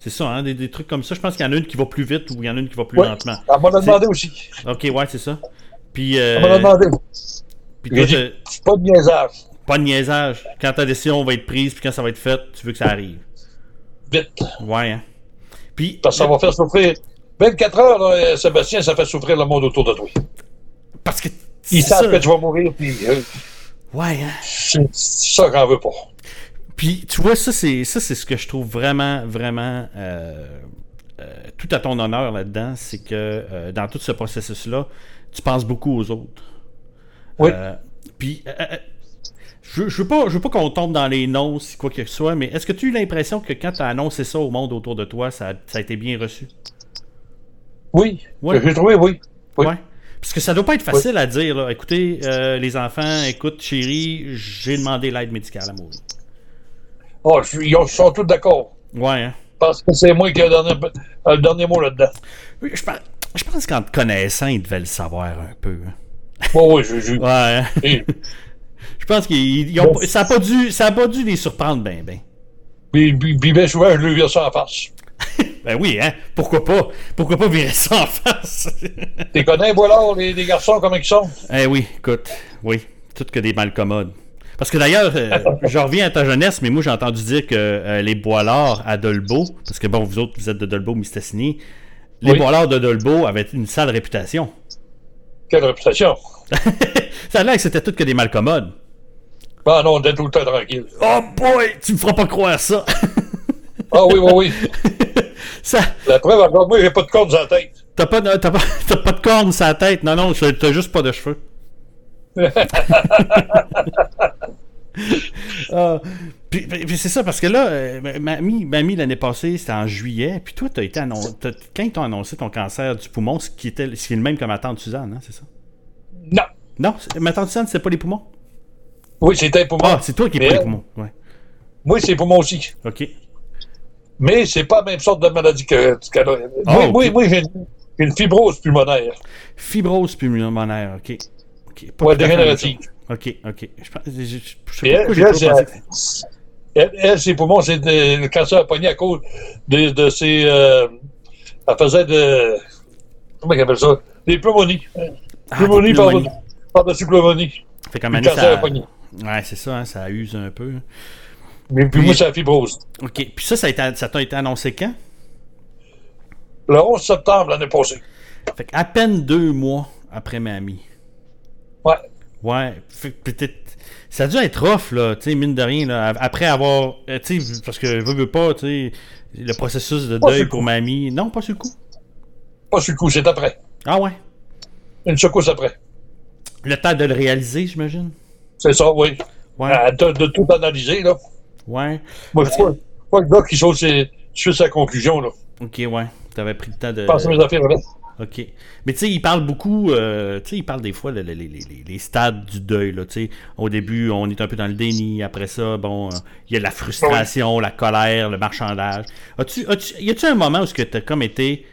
c'est ça, hein, des, des trucs comme ça. Je pense qu'il y en a une qui va plus vite ou il y en a une qui va plus Ouais. lentement. Elle m'a demandé aussi. OK, ouais, c'est ça. Puis, euh, Elle m'a demandé. puis toi, J'ai dit, t'as- c'est pas de niaisage. Pas de niaisage. Quand ta décision va être prise, puis quand ça va être fait, tu veux que ça arrive. Vite. Ouais, hein. Puis, Parce que ça va faire souffrir. 24 heures, là, euh, Sébastien, ça fait souffrir le monde autour de toi. parce que. Ils c'est ça. savent que tu vas mourir, puis euh, Ouais, hein. c'est ça j'en veux pas. Puis, tu vois, ça, c'est ça, c'est ce que je trouve vraiment, vraiment. euh, euh, tout à ton honneur là-dedans, c'est que euh, dans tout ce processus-là, tu penses beaucoup aux autres. Oui. Euh, puis, euh, euh, je, veux- je veux pas, je veux pas qu'on tombe dans les noms, si quoi que ce soit, mais est-ce que tu as eu l'impression que quand tu as annoncé ça au monde autour de toi, ça, a- ça a été bien reçu? Oui, Ouais. j'ai trouvé, oui. Oui. Ouais. Parce que ça doit pas être facile à dire, là. Écoutez, euh, les enfants, écoute, chérie, j'ai demandé l'aide médicale à mourir. Ah, je suis- ils ont- ils sont tous d'accord. Ouais, hein. Parce que c'est moi qui ai le dernier, le dernier mot là-dedans. Oui, Je pense, je pense qu'en te connaissant, ils devaient le savoir un peu. hein. Oui, oui, je, je- Ouais. hein. Et- Je pense qu'ils ils ont pas- ça a pas dû ça a pas dû les surprendre ben ben. puis- puis- puis bien souvent, je lui vire ça en face. Ben oui, hein, pourquoi pas Pourquoi pas virer ça en face Tu connais, voilà, les, les garçons, comment ils sont? Eh oui, écoute, oui, tout que des malcommodes. Parce que d'ailleurs, euh, je reviens à ta jeunesse, mais moi j'ai entendu dire que euh, les Boilards à Dolbeau, parce que bon, vous autres, vous êtes de Dolbeau, Mistassini, les Oui. Boilards de Dolbeau avaient une sale réputation. Quelle réputation. ça a l'air que c'était tout que des malcommodes. Ah non, on était tout le temps tranquille. Oh boy, tu me feras pas croire ça. Ah oui, oui, oui. ça La preuve, encore moi, j'ai pas de cordes en tête. t'as pas, de- t'as pas, t'as pas de cornes sur la tête. Non, non, t'as juste pas de cheveux. Ah, puis, puis- puis c'est ça, parce que là, euh, ma- mamie, mamie l'année passée, c'était en juillet, puis toi, t'as été annon- t'as- quand ils t'ont annoncé ton cancer du poumon, ce qui, était, ce qui est le même que ma tante Suzanne, hein, c'est ça? Non. Non, c'est- ma tante Suzanne, c'est pas les poumons? Oui, c'était pour Ah, moi. c'est toi qui es Mais pas les elle- poumons, ouais. Moi, c'est pour moi aussi. OK. Mais c'est pas la même sorte de maladie que tu connais. Ah, oui, ok. oui, oui, j'ai une, une fibrose pulmonaire. Fibrose pulmonaire, OK. OK. Pas Ouais, tout à fait la même dégénérative. chose. OK, OK. Je, pense- je- je- je sais Et pas pourquoi elle, j'ai elle, toujours pensé que c'était- c'est- elle, elle, ses poumons, c'est de- le cancer a pogné à cause de, de ses. euh, elle faisait de. Comment elle appelle ça Des pneumonies. Ah, des pneumonie pneumonies. par- par-dessus pneumonie. Fait qu'à un Le moment donné, cancer a ça... pogné. Ouais, c'est ça, hein, ça use un peu. hein. Mais puis Puis- moi, c'est la fibrose. OK. Puis ça, ça a été- ça t'a été annoncé quand? Le 11 septembre l'année passée. Fait qu'à peine deux mois après mamie. Ouais. Ouais, fait que peut-être. Ça a dû être rough, là, tu sais, mine de rien, là, après avoir. euh, Tu sais, parce que veux, veux pas, tu sais, le processus de Pas sur deuil le pour mamie. Non, pas sur le coup. Pas sur le coup, c'est après. Ah ouais. Une secousse après. Le temps de le réaliser, j'imagine. C'est ça, oui. Ouais. Ah, de, de tout analyser, là. Ouais. Moi, je crois crois que le gars qui saute, c'est suit sa conclusion, là. Ok, ouais. T'avais pris le temps de. Passe mes affaires, là. Ok. Mais tu sais, il parle beaucoup, euh, tu sais, il parle des fois le- le- les, les- les stades du deuil, là, tu sais. Au début, on est un peu dans le déni, après ça, bon, euh, il y a la frustration, la colère, le marchandage. As-tu, as-tu- y a-tu un moment où ce que t'as comme été,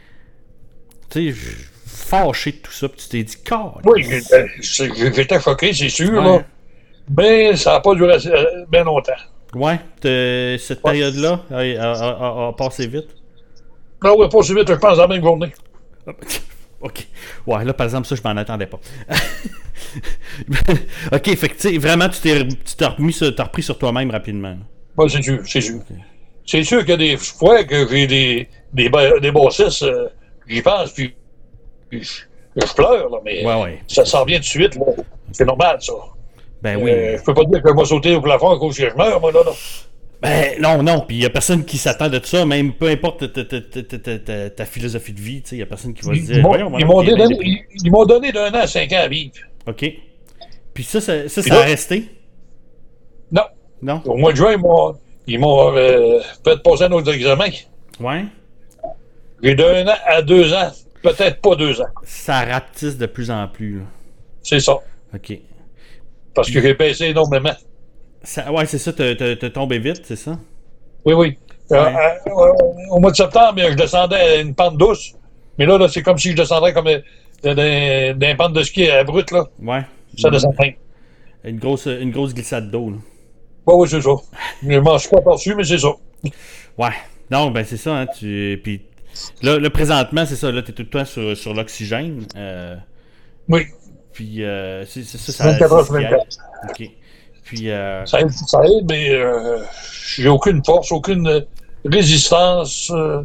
tu sais, j- fâché de tout ça, puis tu t'es dit, car. Oui, j'étais- euh, c'est- j'étais choqué, c'est sûr, Ouais. là. Mais ça n'a pas duré assez- euh, bien longtemps. Ouais, t'es- cette période-là a, a- a- a- a passé vite. Non, oui, Ah pas si vite, je pense, dans la même journée. OK. Ouais, là, par exemple, ça, je m'en attendais pas. OK, fait que, tu sais, vraiment, tu t'es tu t'es remis sur- t'as repris sur toi-même rapidement. Oui, c'est sûr, c'est sûr. C'est sûr qu'il y a des fois que j'ai des, des, ba- des bosses, euh, j'y pense, puis, puis je, je pleure, là, mais Ouais, ouais. ça s'en vient de suite, là. C'est normal, ça. Ben oui. Euh, je peux pas dire que moi sauter au plafond à cause que je meurs, moi, là, là. Ben non, non. Puis il n'y a personne qui s'attend de ça, même peu importe ta, ta- ta- ta- ta- ta- ta philosophie de vie, tu sais, il n'y a personne qui va se Ils dire. m'ont- voyons, mon ils homme, m'ont ben il est donné, bien ils- ils m'ont donné d'un an à cinq ans à vivre. déprimé. OK. Puis ça, ça, ça, ça là- a resté? Non. Non? Au mois de juin, ils m'ont, ils m'ont euh, fait passer un autre examen. Ouais. J'ai d'un an à deux ans. Peut-être pas deux ans. Ça rapetisse de plus en plus, là. C'est ça. OK. Parce que j'ai baissé énormément. Ça, ouais, c'est ça, t'as t'as- t'as tombé vite, c'est ça? Oui, oui. Euh, Ouais. euh, euh, au mois de septembre, je descendais à une pente douce. Mais là, là c'est comme si je descendrais comme euh, d'un d'un pente de ski à brut, là. Ouais. Ça descend pas. Une grosse, une grosse glissade d'eau, là. Oui, oui, c'est ça. Je m'en suis pas aperçu, mais c'est ça. Ouais. Non, ben c'est ça. Hein, tu... Puis là, là, présentement, c'est ça. Là, t'es tout le temps sur, sur l'oxygène. euh, Oui. puis euh, c'est c'est ça. ça 24 heures c'est sur ce qui 24. aide. OK. Puis, euh, Ça aide, ça aide, mais euh, j'ai aucune force, aucune euh, résistance. euh,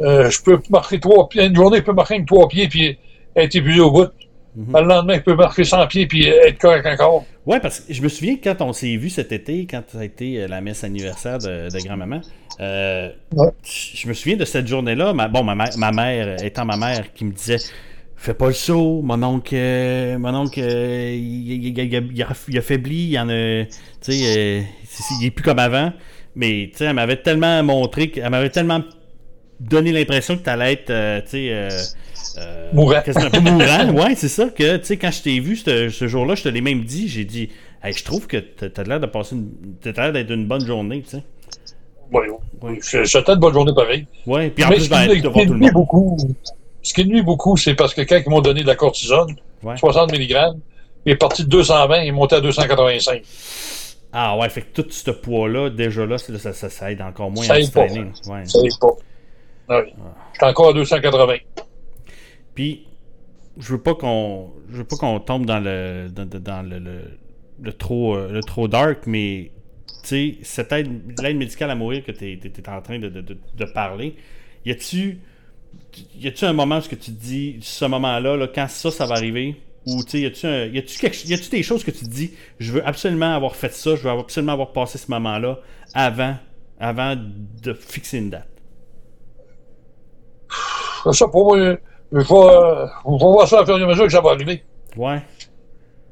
euh, je peux marquer trois pieds. Une journée, je peux marquer une trois pieds puis être épuisé au bout. Mhm. Le lendemain, je peux marquer 100 pieds puis être correct encore. ouais, parce que je me souviens que quand on s'est vu cet été, quand ça a été euh, la messe anniversaire de, de grand-maman, euh, Ouais. je je me souviens de cette journée-là. Ma, bon, ma, mère- ma mère, euh, étant ma mère, qui me disait. Fais pas le saut, mon oncle, euh, mon oncle, euh, il, il- il- il- il a- il a faibli, il en a, tu sais, euh, c'est- c'est- il est plus comme avant. Mais tu sais, elle m'avait tellement montré, que- elle m'avait tellement donner l'impression que tu allais être, euh, tu sais, euh, euh, Mourant. quasiment un peu mourant, ouais, c'est ça. Que, tu sais, quand je t'ai vu ce, ce jour-là, je te l'ai même dit, j'ai dit, hey, je trouve que t'as t'as l'air de passer une, t'as l'air d'être une bonne journée, tu sais. Ouais, ouais. Je je te souhaite une bonne journée pareil. Ouais, puis en Mais plus, ce ben, qui nuit- devant tout ce le qui nuit monde. beaucoup, ce qui nuit beaucoup, c'est parce que quand ils m'ont donné de la cortisone, Ouais. 60 mg, il est parti de 220 et est monté à 285. Ah ouais, fait que tout ce poids-là, déjà là, c'est- ça, ça, ça aide encore moins Ça à aide se pas. traîner, Ouais. Ça n'est pas. Ah Ouais. Ah. J'étais encore à 280. Puis, je veux pas qu'on, je veux pas qu'on tombe dans le, dans, dans- dans le, le- le trop, euh, le trop dark, mais tu sais, cette aide, l'aide médicale à mourir que tu es en train de, de- de- de parler, y a-tu, y a-tu un moment où ce que tu te dis, ce moment-là, là, quand ça, ça va arriver, ou tu sais, y a-tu, un- y a-tu quelque, y a-tu des choses que tu te dis, je veux absolument avoir fait ça, je veux avoir- absolument avoir passé ce moment-là avant, avant de fixer une date. Comme ça, pour moi, euh, je vais, euh, on va voir ça à fur et à mesure que ça va arriver. Ouais.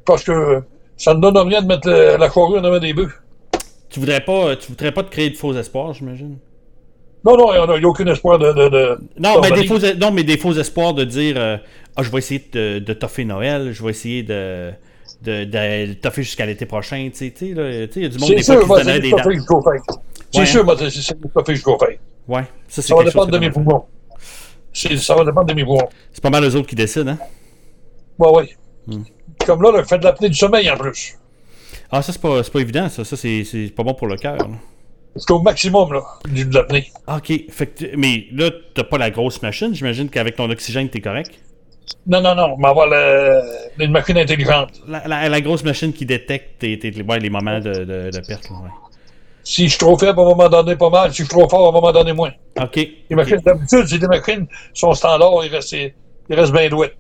Parce que euh, ça ne donne rien de mettre euh, la charrue en avant des bœufs. Tu voudrais pas, tu voudrais pas te créer de faux espoirs, j'imagine. Non, non, il n'y a, il y a aucun espoir de. de, de- Non, mais de- des faux, non, mais des faux espoirs de dire euh, Ah, je vais essayer de, de toffer Noël, je vais essayer de, de, de le toffer jusqu'à l'été prochain. Tu sais, tu sais, là, tu sais, il y a du monde C'est des fois sûr, qui se moi, donnerait c'est des le café dates. que je dois faire. Ouais, C'est sûr, moi, c'est- c'est le café que je dois faire. Ouais, ça c'est Ça va quelque chose. dépendre que de t'as mes pas fait. poumons. C'est- Ça va dépendre de mes poumons. C'est pas mal eux autres qui décident, hein. Ouais, ouais. Hmm. Comme là, là, je fais de l'apnée du sommeil en plus. Ah, ça c'est pas, c'est pas évident, ça. Ça c'est c'est pas bon pour le cœur. là. J'étais au maximum là, du- de l'apnée. Ah, Ok, fait que tu- mais là, t'as pas la grosse machine. J'imagine qu'avec ton oxygène, t'es correct. Non, non, non, on va avoir le- une machine intelligente. La, la- la grosse machine qui détecte tes, tes- ouais, les moments de, de- de perte. là, ouais. Si je suis trop faible, à un moment donné, pas mal. Si je suis trop fort, à un moment donné, moins. Ok. Les ok. machines, d'habitude, c'est des machines, sont standards, ils restent, ils restent bien douettes.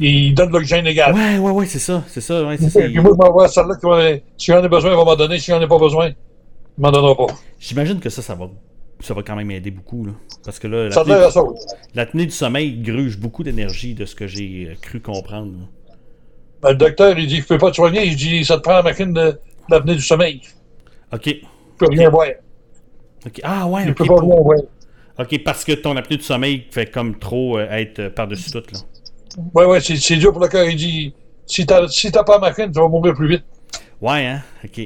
Ils donnent de l'oxygène égal. Ouais, ouais, ouais, c'est ça. C'est ça, ouais, c'est ça. Et puis moi, je vais avoir celle-là qui va- Si j'en ai besoin, elle va m'en donner. Si j'en ai pas besoin, il m'en donnera pas. J'imagine que ça, ça va, ça va quand même aider beaucoup. Là. Parce que là, Ça la te l'air tenue, à ça. oui. la tenue du sommeil gruge beaucoup d'énergie de ce que j'ai euh, cru comprendre. là. Ben, le docteur, il dit, je peux pas te soigner. Il dit, ça te prend la machine de, de l'apnée du sommeil. Ok. Je peux rien voir. ok. Ah ouais, Je ok. peux pas pour- rien voir. Ok, parce que ton apnée du sommeil fait comme trop euh, être euh, par-dessus tout. Là. Ouais, ouais, c'est, c'est dur pour le cœur. Il dit, si t'as, si t'as pas la machine, tu vas mourir plus vite. Ouais, hein? OK.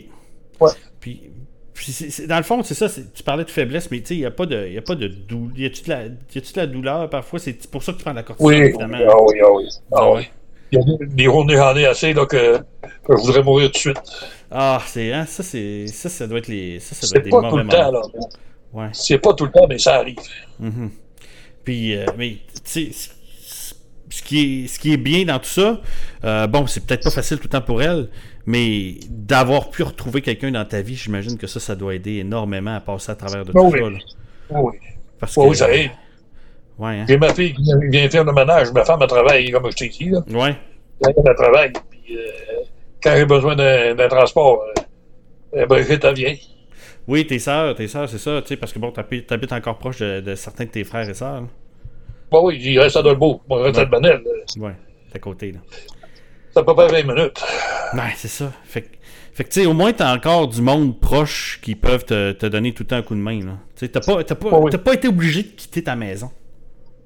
Ouais. Puis, puis c'est- c'est- dans le fond, c'est ça, c'est- tu parlais de faiblesse, mais tu sais, il n'y a pas de, il y a pas de douleur. Y a-tu de, la- y a-tu de la douleur parfois? C'est pour ça que tu prends de la cortisone, Oui, évidemment. ah oui, ah oui. Ah Ah oui. Il y a des- des journées, j'en ai assez, là, que, que je voudrais mourir tout de suite. Ah, c'est, hein, ça, c'est, ça, ça doit être les, ça, ça doit être C'est des pas tout mauvais le temps, moments. là. Ouais. C'est pas tout le temps, mais ça arrive. Mhm. Puis, euh, mais, tu sais, c- c- ce qui, est, ce qui est bien dans tout ça, euh, bon, c'est peut-être pas facile tout le temps pour elle, mais d'avoir pu retrouver quelqu'un dans ta vie, j'imagine que ça, ça doit aider énormément à passer à travers de tout Oui. ça. là. Ah Oui, Parce oui, que, oui, ça arrive. Ouais, hein. J'ai ma fille qui vient faire le ménage. Ma femme, elle travaille, comme je t'ai dit, là. Ouais. Elle travaille. Puis, euh, quand j'ai besoin d'un, d'un transport, euh, euh, Brigitte, elle vient. Oui, tes sœurs, tes sœurs, c'est ça, tu sais, parce que bon, t'habites t'habites encore proche de, de certains de tes frères et sœurs. là. Bah oui, il reste à Dolbeau. Moi, je reste à Banel. euh, Ouais, t'es à côté, là. C'est à peu près 20 minutes. Ouais, c'est ça. Fait, que- fait que, tu sais, au moins, t'as encore du monde proche qui peuvent te, te donner tout le temps un coup de main, là. Tu sais, t'as pas, t'as pas, Oh oui. t'as pas été obligé de quitter ta maison.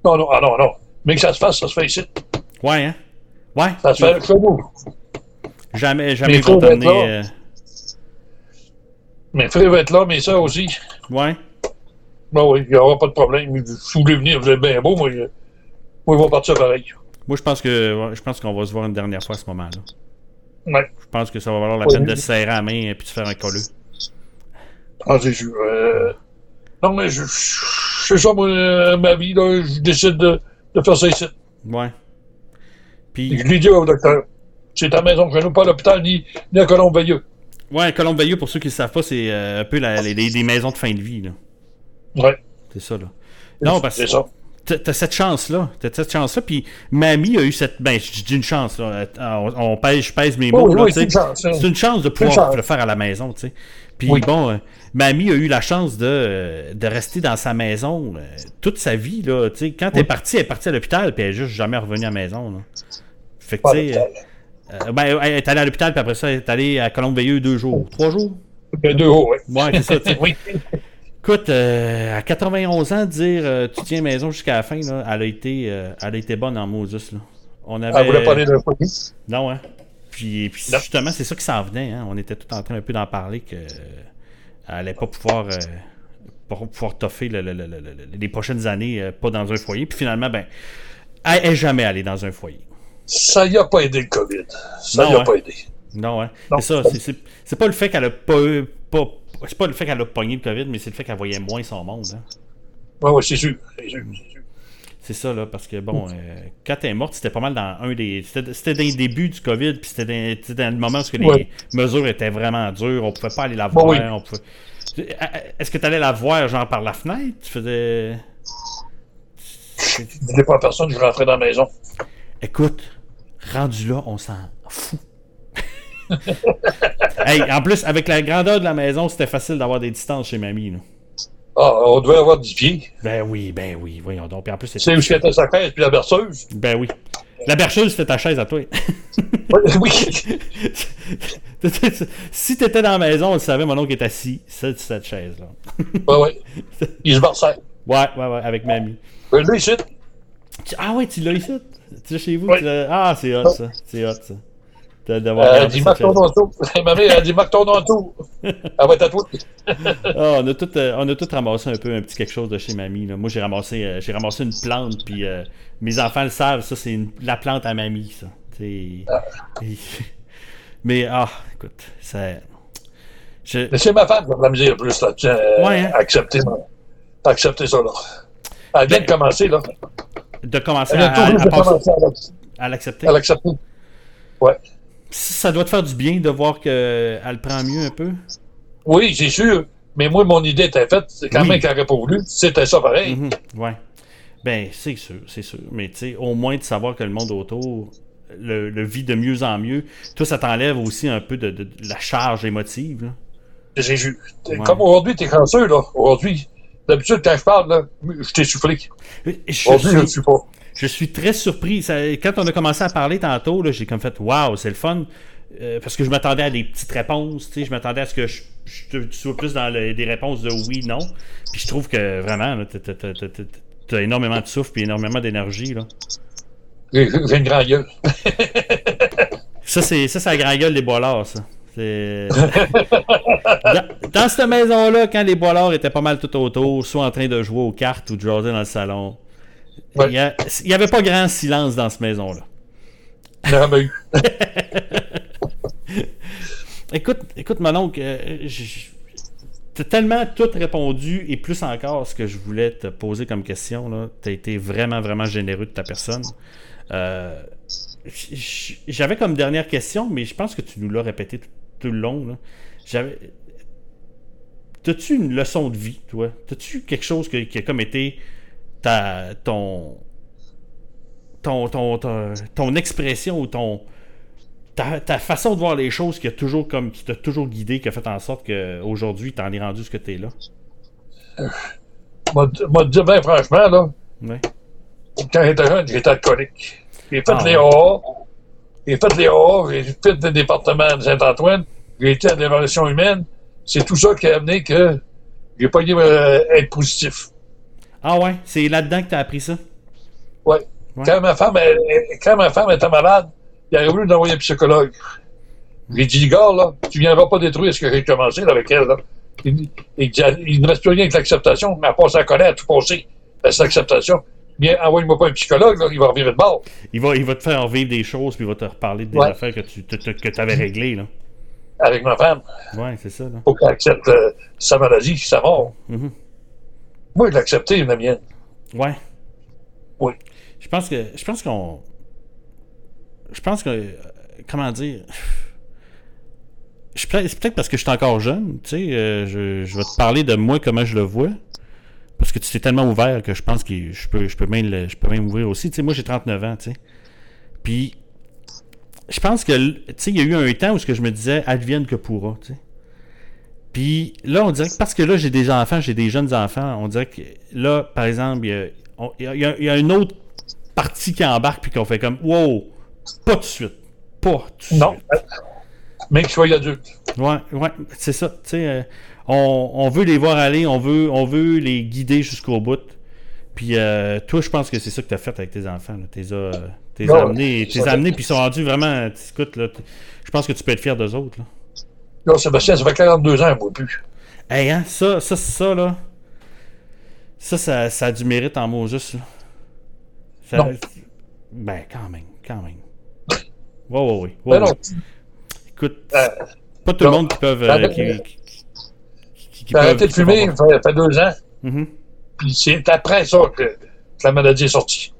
Non, non, ah non, non. Mais que ça se fasse, ça se fait ici. Ouais, hein? Ouais. Ça se fait chez nous. Jamais, jamais euh, Mais ils vont faut t'emmener, être là. Mes frères vont être là, mes soeurs aussi. euh, Ouais. Bah oui, il n'y aura pas de problème. Si vous voulez venir, vous êtes bien beau. Moi, je- moi, ils vont partir pareil. Moi, je pense que ouais, je pense qu'on va se voir une dernière fois à ce moment-là. Ouais. Je pense que ça va valoir la Oui. peine de se serrer la main et puis de faire un colleux. Ah, c'est sûr. Euh, Non, mais je, je- c'est ça, moi, euh, ma vie. Là, je décide de, de faire ça ici. Ouais. Puis, Je l'ai dit au docteur. C'est à la maison que nous, pas à l'hôpital, ni, ni à Colombe-Veilleux. ouais, Colombe Bayeux, pour ceux qui ne savent pas, c'est euh, un peu la- les, les- les maisons de fin de vie, là. Ouais. C'est ça, là. Non, parce C'est ça. que t'as cette chance-là. T'as cette chance-là. Puis, mamie a eu cette. Ben, je dis une chance, là. On, on pèse, je pèse mes Oh, Oui, mots, là, tu oui, sais. c'est une chance, hein. C'est une chance de une pouvoir chance. le faire à la maison, tu sais. Puis, Oui. bon, euh, mamie a eu la chance de, euh, de rester dans sa maison euh, toute sa vie, là. Tu sais, quand elle est partie, elle est partie à l'hôpital, puis elle est juste jamais revenue à la maison, là. Fait que, Pas à tu sais. l'hôpital. euh, ben, elle est allée à l'hôpital, puis après Oh. ça, elle est allée à Colombe-Veilleux deux jours. Trois jours? Il y a deux hauts, oui. Ouais, c'est ça, tu sais. Oui. Écoute, euh, à 91 ans, dire euh, tu tiens maison jusqu'à la fin, là, elle, a été, euh, elle a été bonne en Moses. Là. On avait... Elle voulait Ah, parler d'un foyer. Non, hein? Puis, puis Non. justement, c'est ça qui s'en venait. Hein? On était tout en train un peu d'en parler que euh, elle allait pas pouvoir, euh, pas pouvoir toffer le- le- le- le- le- les prochaines années euh, pas dans un foyer. Puis finalement, ben, elle est jamais allée dans un foyer. Ça y a pas aidé le COVID. Ça Non, y a hein. pas aidé. Non, hein? Non. c'est ça. c'est- C'est c'est pas le fait qu'elle a pas eu. Pas, c'est pas le fait qu'elle a pogné le COVID, mais c'est le fait qu'elle voyait moins son monde. hein. Oui, oui, c'est sûr. C'est sûr, c'est sûr. C'est ça, là, parce que bon, euh, quand elle est morte, c'était pas mal dans un des. C'était c'était dans les débuts du COVID, puis c'était dans, c'était dans le moment où les Ouais. mesures étaient vraiment dures, on pouvait pas aller la voir. oui. on pouvait- euh, Est-ce que tu allais la voir, genre, par la fenêtre Tu faisais. Je n'ai pas personne, je rentrais dans la maison. Écoute, rendu là, on s'en fout. hey, en plus, avec la grandeur de la maison, c'était facile d'avoir des distances chez mamie, là. Ah, on devait avoir 10 pieds. Ben oui, ben oui, voyons donc. Puis en plus, Tu sais c'était. où c'était sa chaise, puis la berceuse. Ben oui. La berceuse, c'était ta chaise à toi. Oui, oui. si t'étais dans la maison, on le savait, mon oncle est assis sur cette chaise-là. Ouais, ouais. Il se berçait. Ouais, ouais, ouais, avec mamie. Euh, Là, ici, Tu- Ah ouais, tu l'as ici? Tu l'as chez vous? Oui. tu l'as- Ah, c'est hot ça. C'est hot ça. T'as d'avoir elle gardé dit « cette Marc Euh, chaise-là. ton entour. » Ma mère, elle dit « Marc ton entour. » Elle va être à toi. Ah, on, a tout, euh, on a tout ramassé un peu un petit quelque chose de chez mamie. là. Moi, j'ai ramassé, euh, j'ai ramassé une plante, puis euh, mes enfants le savent, ça, c'est une- la plante à mamie, ça. C'est- Ah. Mais, ah, écoute, ça. Je... Mais c'est ma femme qui a de la misère plus là-dessus. euh, Ouais, hein. Accepter, accepter ça, là. Elle vient Ben, de commencer, là. De commencer Elle à, vient tout à- juste à de passer- commencer à l'ac- à l'accepter. à l'accepter. Ouais. Ça, ça doit te faire du bien de voir qu'elle prend mieux un peu. Oui, c'est sûr. Mais moi, mon idée était faite. C'est quand Oui. même qu'elle n'aurait pas voulu. C'était ça pareil. Mhm, Ouais. Ben, c'est sûr, c'est sûr. Mais tu sais, au moins de savoir que le monde autour le, le vit de mieux en mieux, toi, ça t'enlève aussi un peu de, de- de la charge émotive. là. J'ai vu. Ouais. Comme aujourd'hui, t'es chanceux, là. Aujourd'hui. D'habitude, quand je parle, là, je t'ai soufflé. Je Aujourd'hui, je ne suis, suis pas. je suis très surpris. Ça- quand on a commencé à parler tantôt, là, j'ai comme fait Waouh, c'est le fun. Euh, parce que je m'attendais à des petites réponses. tu sais, Je m'attendais à ce que je, je te- tu sois plus dans le- des réponses de oui, non. Puis je trouve que vraiment, tu as énormément de souffle et énormément d'énergie. là. J'ai j'ai une grande gueule. Ça, c'est ça, c'est la grande gueule des boilards, ça. C'est- dans, dans cette maison-là, quand les boilards étaient pas mal tout autour, soit en train de jouer aux cartes ou de jaser dans le salon, Ouais. il y a- il n'y avait pas grand silence dans cette maison-là. J'en ai jamais eu. Écoute, écoute, mon oncle, euh, je- je- t'as tellement tout répondu et plus encore ce que je voulais te poser comme question. là. T'as été vraiment, vraiment généreux de ta personne. Euh, j- j- J'avais comme dernière question, mais je pense que tu nous l'as répété tout, tout le long. là. J'avais. T'as-tu une leçon de vie, toi? T'as-tu quelque chose que- qui a comme été ta, ton, ton, ton, ton, ton expression ou ton, ta, ta façon de voir les choses qui a toujours comme qui t'a toujours guidé, qui a fait en sorte qu'aujourd'hui, t'en es rendu ce que t'es là. Moi, d- moi, dire bien franchement, là, Ouais. quand j'étais jeune, j'étais alcoolique. J'ai fait Ah, les ouais. AA. J'ai fait les AA. J'ai fait le département de Saint-Antoine. J'ai été à l'évolution humaine. C'est tout ça qui a amené que j'ai pas eu euh, être positif. Ah ouais, c'est là-dedans que t'as appris ça? Ouais. Ouais. Quand, ma femme, elle- elle- quand ma femme était malade, il a voulu nous envoyer un psychologue. J'ai dit, gars, là, tu viendras pas détruire ce que j'ai commencé là, avec elle. Là. Il, il dit, il ne reste plus rien que l'acceptation, mais à part sa colère, tout passer. Ben, c'est l'acceptation. Bien, envoie-moi pas un psychologue, là, il va revirer de bord. Il va, il va te faire vivre des choses, puis il va te reparler des Ouais. affaires que tu te- te- que t'avais réglées, là. avec ma femme Ouais, c'est ça, là. pour qu'elle accepte euh, sa maladie, sa mort. Mhm. Moi, je l'ai accepté, la mienne. Ouais. Oui. Je pense que. Je pense qu'on. Je pense que. euh, Comment dire. Je peut- C'est peut-être parce que je suis encore jeune, tu sais. euh, je, je vais te parler de moi, comment je le vois. Parce que tu t'es tellement ouvert que je pense que je peux, je peux même le- je peux même ouvrir aussi. Tu sais, moi, j'ai 39 ans, tu sais. Puis. Je pense que. l- Tu sais, il y a eu un temps où ce que je me disais, advienne que pourra, tu sais. Puis là, on dirait que parce que là, j'ai des enfants, j'ai des jeunes enfants, on dirait que là, par exemple, il y a- on- il y a, il y a- il y a une autre partie qui embarque puis qu'on fait comme Wow, pas tout de suite. Pas tout de Non. suite. même qu'ils soient adultes. Ouais, ouais, c'est ça. Tu sais, euh, on, on veut les voir aller, on veut, on veut les guider jusqu'au bout. Puis euh, toi, je pense que c'est ça que tu as fait avec tes enfants. Tu les as, euh, t'es Ouais, amenés, c'est t'es ça. amenés, puis ils sont rendus vraiment. Écoute, là, t- je pense que tu peux être fier d'eux autres. Là. Non, Sébastien, ça fait 42 ans, moi, plus. Hey, hein, ça, ça, ça, là. Ça, ça, ça a du mérite en mots juste, là. Ça- Non. Ben, quand même, quand même. Ouais, ouais, ouais. ouais, Ben non, ouais. Écoute, Euh, pas tout le non. Ben, monde qui peuvent. euh, Arrête- qui, qui- qui- qui t'as peuvent- arrêté de qui peuvent fumer, avoir- ça fait deux ans, Mhm. puis c'est après ça que, que la maladie est sortie.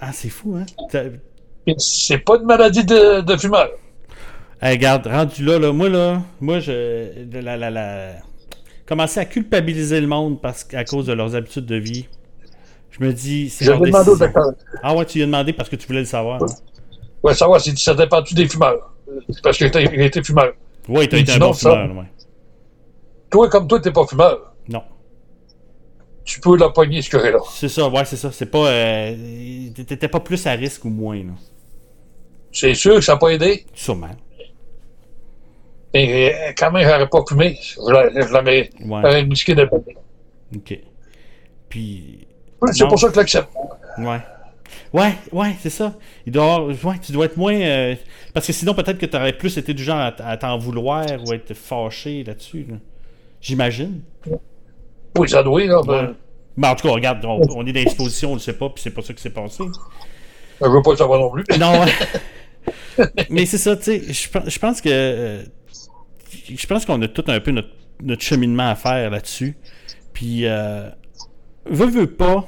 Ah, c'est fou, hein? T'as- Et C'est pas une maladie de, de fumeur. Hey, regarde, rendu là, là, moi, là, moi, je. de La, la, la... Commencer à culpabiliser le monde parce, à cause de leurs habitudes de vie. Je me dis, c'est Je leur vais demander au décision. docteur. Ah ouais, tu lui as demandé parce que tu voulais le savoir. hein. Ouais, savoir si ça dépend-tu des fumeurs. Parce que t'as- j'ai été fumeur. Ouais, t'as Il été dit un bon non, ça. fumeur, là, ouais. Toi, comme toi, t'es pas fumeur. Non. Tu peux la pogner, ce curé-là. C'est ça, ouais, c'est ça. C'est pas. euh, T'étais pas plus à risque ou moins, là. C'est sûr que ça n'a pas aidé. Sûrement. Et euh, quand même, j'aurais pas fumé. J'aurais j'aurais- Ouais. j'aurais risqué de pogner. Ok. Puis. C'est Non. pour ça que je l'accepte. Ouais. Ouais, ouais, c'est ça. Il doit avoir- ouais, tu dois être moins. euh, parce que sinon, peut-être que tu aurais plus été du genre à, t- à t'en vouloir ou à être fâché là-dessus. là. J'imagine. Oui, ça doit, là. Ouais. Ben, Mais en tout cas, regarde, on, on est dans l'exposition, on le sait pas, puis c'est pas ça qui s'est passé. Je veux pas le savoir non plus. Non. Mais c'est ça, tu sais, je pen- je pense que. euh, Je pense qu'on a tout un peu notre, notre cheminement à faire là-dessus. Puis, euh, veux, veux pas,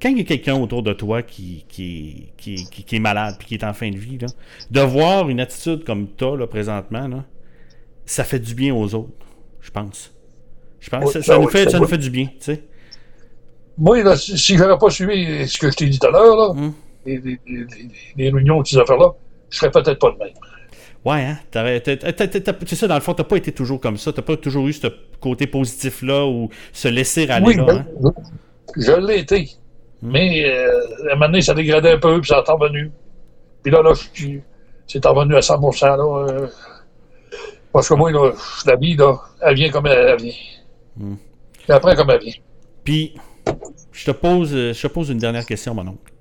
quand il y a quelqu'un autour de toi qui, qui, qui, qui- qui est malade puis qui est en fin de vie, là, de voir une attitude comme toi, là, présentement, là, ça fait du bien aux autres, je pense. Je pense Oui, ça, ça ça nous oui, fait, ça ça nous oui. fait du bien, tu sais. Moi, là, si si j'avais pas suivi ce que je t'ai dit tout à l'heure, là, Mm. les, les- les- les- les réunions de ces affaires-là, je serais peut-être pas de même. Ouais, hein? t'aurais- t'as- t'as- t'as- t'as- C'est ça, dans le fond, t'as pas été toujours comme ça. T'as pas toujours eu ce côté positif-là ou se laisser aller oui, là. ben, hein. Hmm. je, je l'ai été. Mais euh, à un moment donné, ça dégradait un peu, puis ça est revenu. Puis là, là, je suis- c'est revenu à 100 là. euh, parce que moi, là, la vie, là, elle vient comme elle, elle vient. Mm. Puis après, comme elle vient. Puis, je te pose euh, je te pose une dernière question, mon oncle.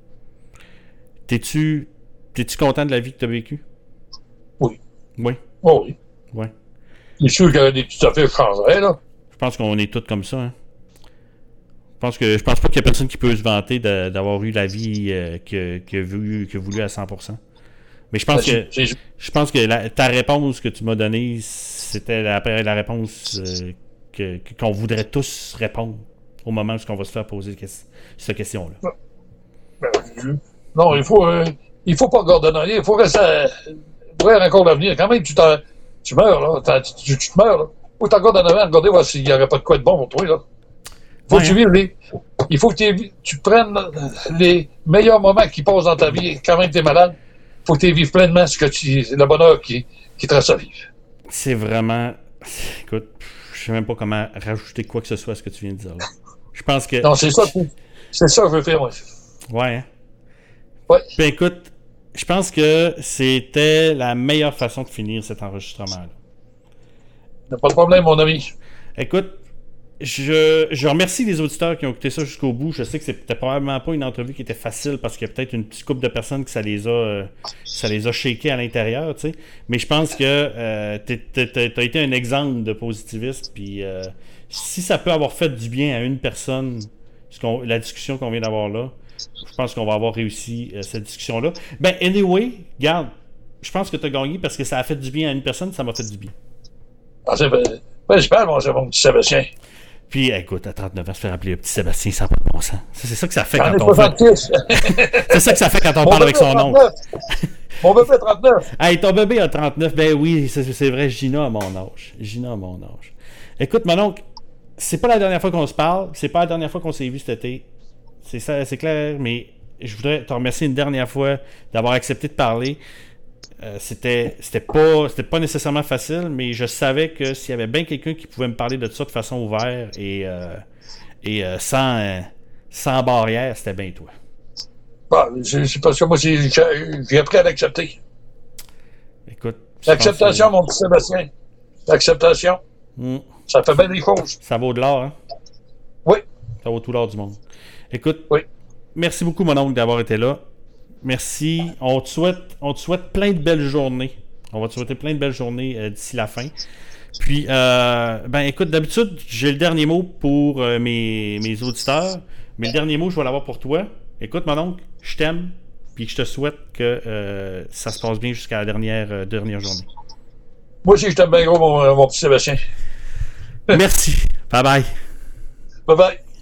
T'es-tu t'es-tu content de la vie que t'as vécue? Oui. Oui. Oh, oui. Ouais. C'est sûr qu'il y a des petites affaires qui changeraient, là. Je pense qu'on est tous comme ça. hein. Je pense que je pense pas qu'il y a personne qui peut se vanter de- d'avoir eu la vie euh, que, que, voulu, que voulu à 100%. Mais je pense que. C'est- c'est- Je pense que la- ta réponse que tu m'as donnée, c'était la, la réponse euh, que- que- qu'on voudrait tous répondre au moment où on va se faire poser que- cette question-là. ben, je- non, il faut, euh, il faut pas gordonner, il faut euh, rester à- voir encore l'avenir. Quand même, tu, t'en- tu meurs, là. t'en- Tu, tu- tu te meurs, là. Ou t'encore en avant, regarder voir s'il n'y aurait pas de quoi de bon pour toi, là. Faut Ouais, que tu hein. vives les- Il faut que tu, les- tu prennes les meilleurs moments qui passent dans ta vie. Quand même, t'es malade. Faut que tu les vives pleinement ce que tu, le bonheur qui, qui te reste à vivre. C'est vraiment. Écoute, pff, je sais même pas comment rajouter quoi que ce soit à ce que tu viens de dire là. Je pense que. Non, c'est ça, que- c'est ça que je veux faire, moi. Ouais. hein. Ouais. Ben, écoute, je pense que c'était la meilleure façon de finir cet enregistrement-là. Y a Pas de problème, mon ami. Écoute, je, je remercie les auditeurs qui ont écouté ça jusqu'au bout. Je sais que c'était probablement pas une entrevue qui était facile parce qu'il y a peut-être une petite couple de personnes que ça les a, euh, ça les a shakés à l'intérieur, tu sais. Mais je pense que euh, t'es- t'es- t'es- t'as été un exemple de positivisme. Puis euh, si ça peut avoir fait du bien à une personne, ce qu'on- la discussion qu'on vient d'avoir là, je pense qu'on va avoir réussi euh, cette discussion-là. Ben, anyway, garde, je pense que t'as gagné parce que ça a fait du bien à une personne, ça m'a fait du bien. Ah, c'est- ben, ben, j'espère, mon mon petit Sébastien. Puis, écoute, à 39 ans, se faire appeler le petit Sébastien, ça n'a pas de bon sens. Ça, C'est ça que ça fait J'en quand ai on fait- 70. C'est ça que ça fait quand on Mon parle bébé avec son a oncle. 39. Mon bébé a 39. Hey, ton bébé a 39. Ben oui, c'est c'est vrai, Gina a mon âge. Gina a mon âge. Écoute, mon oncle, c'est pas la dernière fois qu'on se parle. C'est pas la dernière fois qu'on s'est vu cet été. C'est ça, c'est clair, mais je voudrais te remercier une dernière fois d'avoir accepté de parler. Euh, c'était c'était pas c'était pas nécessairement facile mais je savais que s'il y avait bien quelqu'un qui pouvait me parler de ça de façon ouverte et euh, et euh, sans euh, sans barrière c'était bien toi Bah, Bon, c'est c'est parce que moi, c'est- j'ai j'ai appris à l'accepter. écoute L'acceptation, mon petit Sébastien. L'acceptation. Mm. Ça fait bien des choses. Ça vaut de l'or, hein? Oui. Ça vaut tout l'or du monde. Écoute, Oui. merci beaucoup, mon oncle, d'avoir été là. Merci. On te, souhaite, on te souhaite plein de belles journées. On va te souhaiter plein de belles journées euh, d'ici la fin. Puis, euh, ben écoute, d'habitude, j'ai le dernier mot pour euh, mes, mes auditeurs, mais le dernier mot, je vais l'avoir pour toi. Écoute, mon oncle, je t'aime, puis je te souhaite que euh, ça se passe bien jusqu'à la dernière, euh, dernière journée. Moi aussi, je t'aime bien gros, mon, mon petit Sébastien. Merci. Bye bye. Bye bye.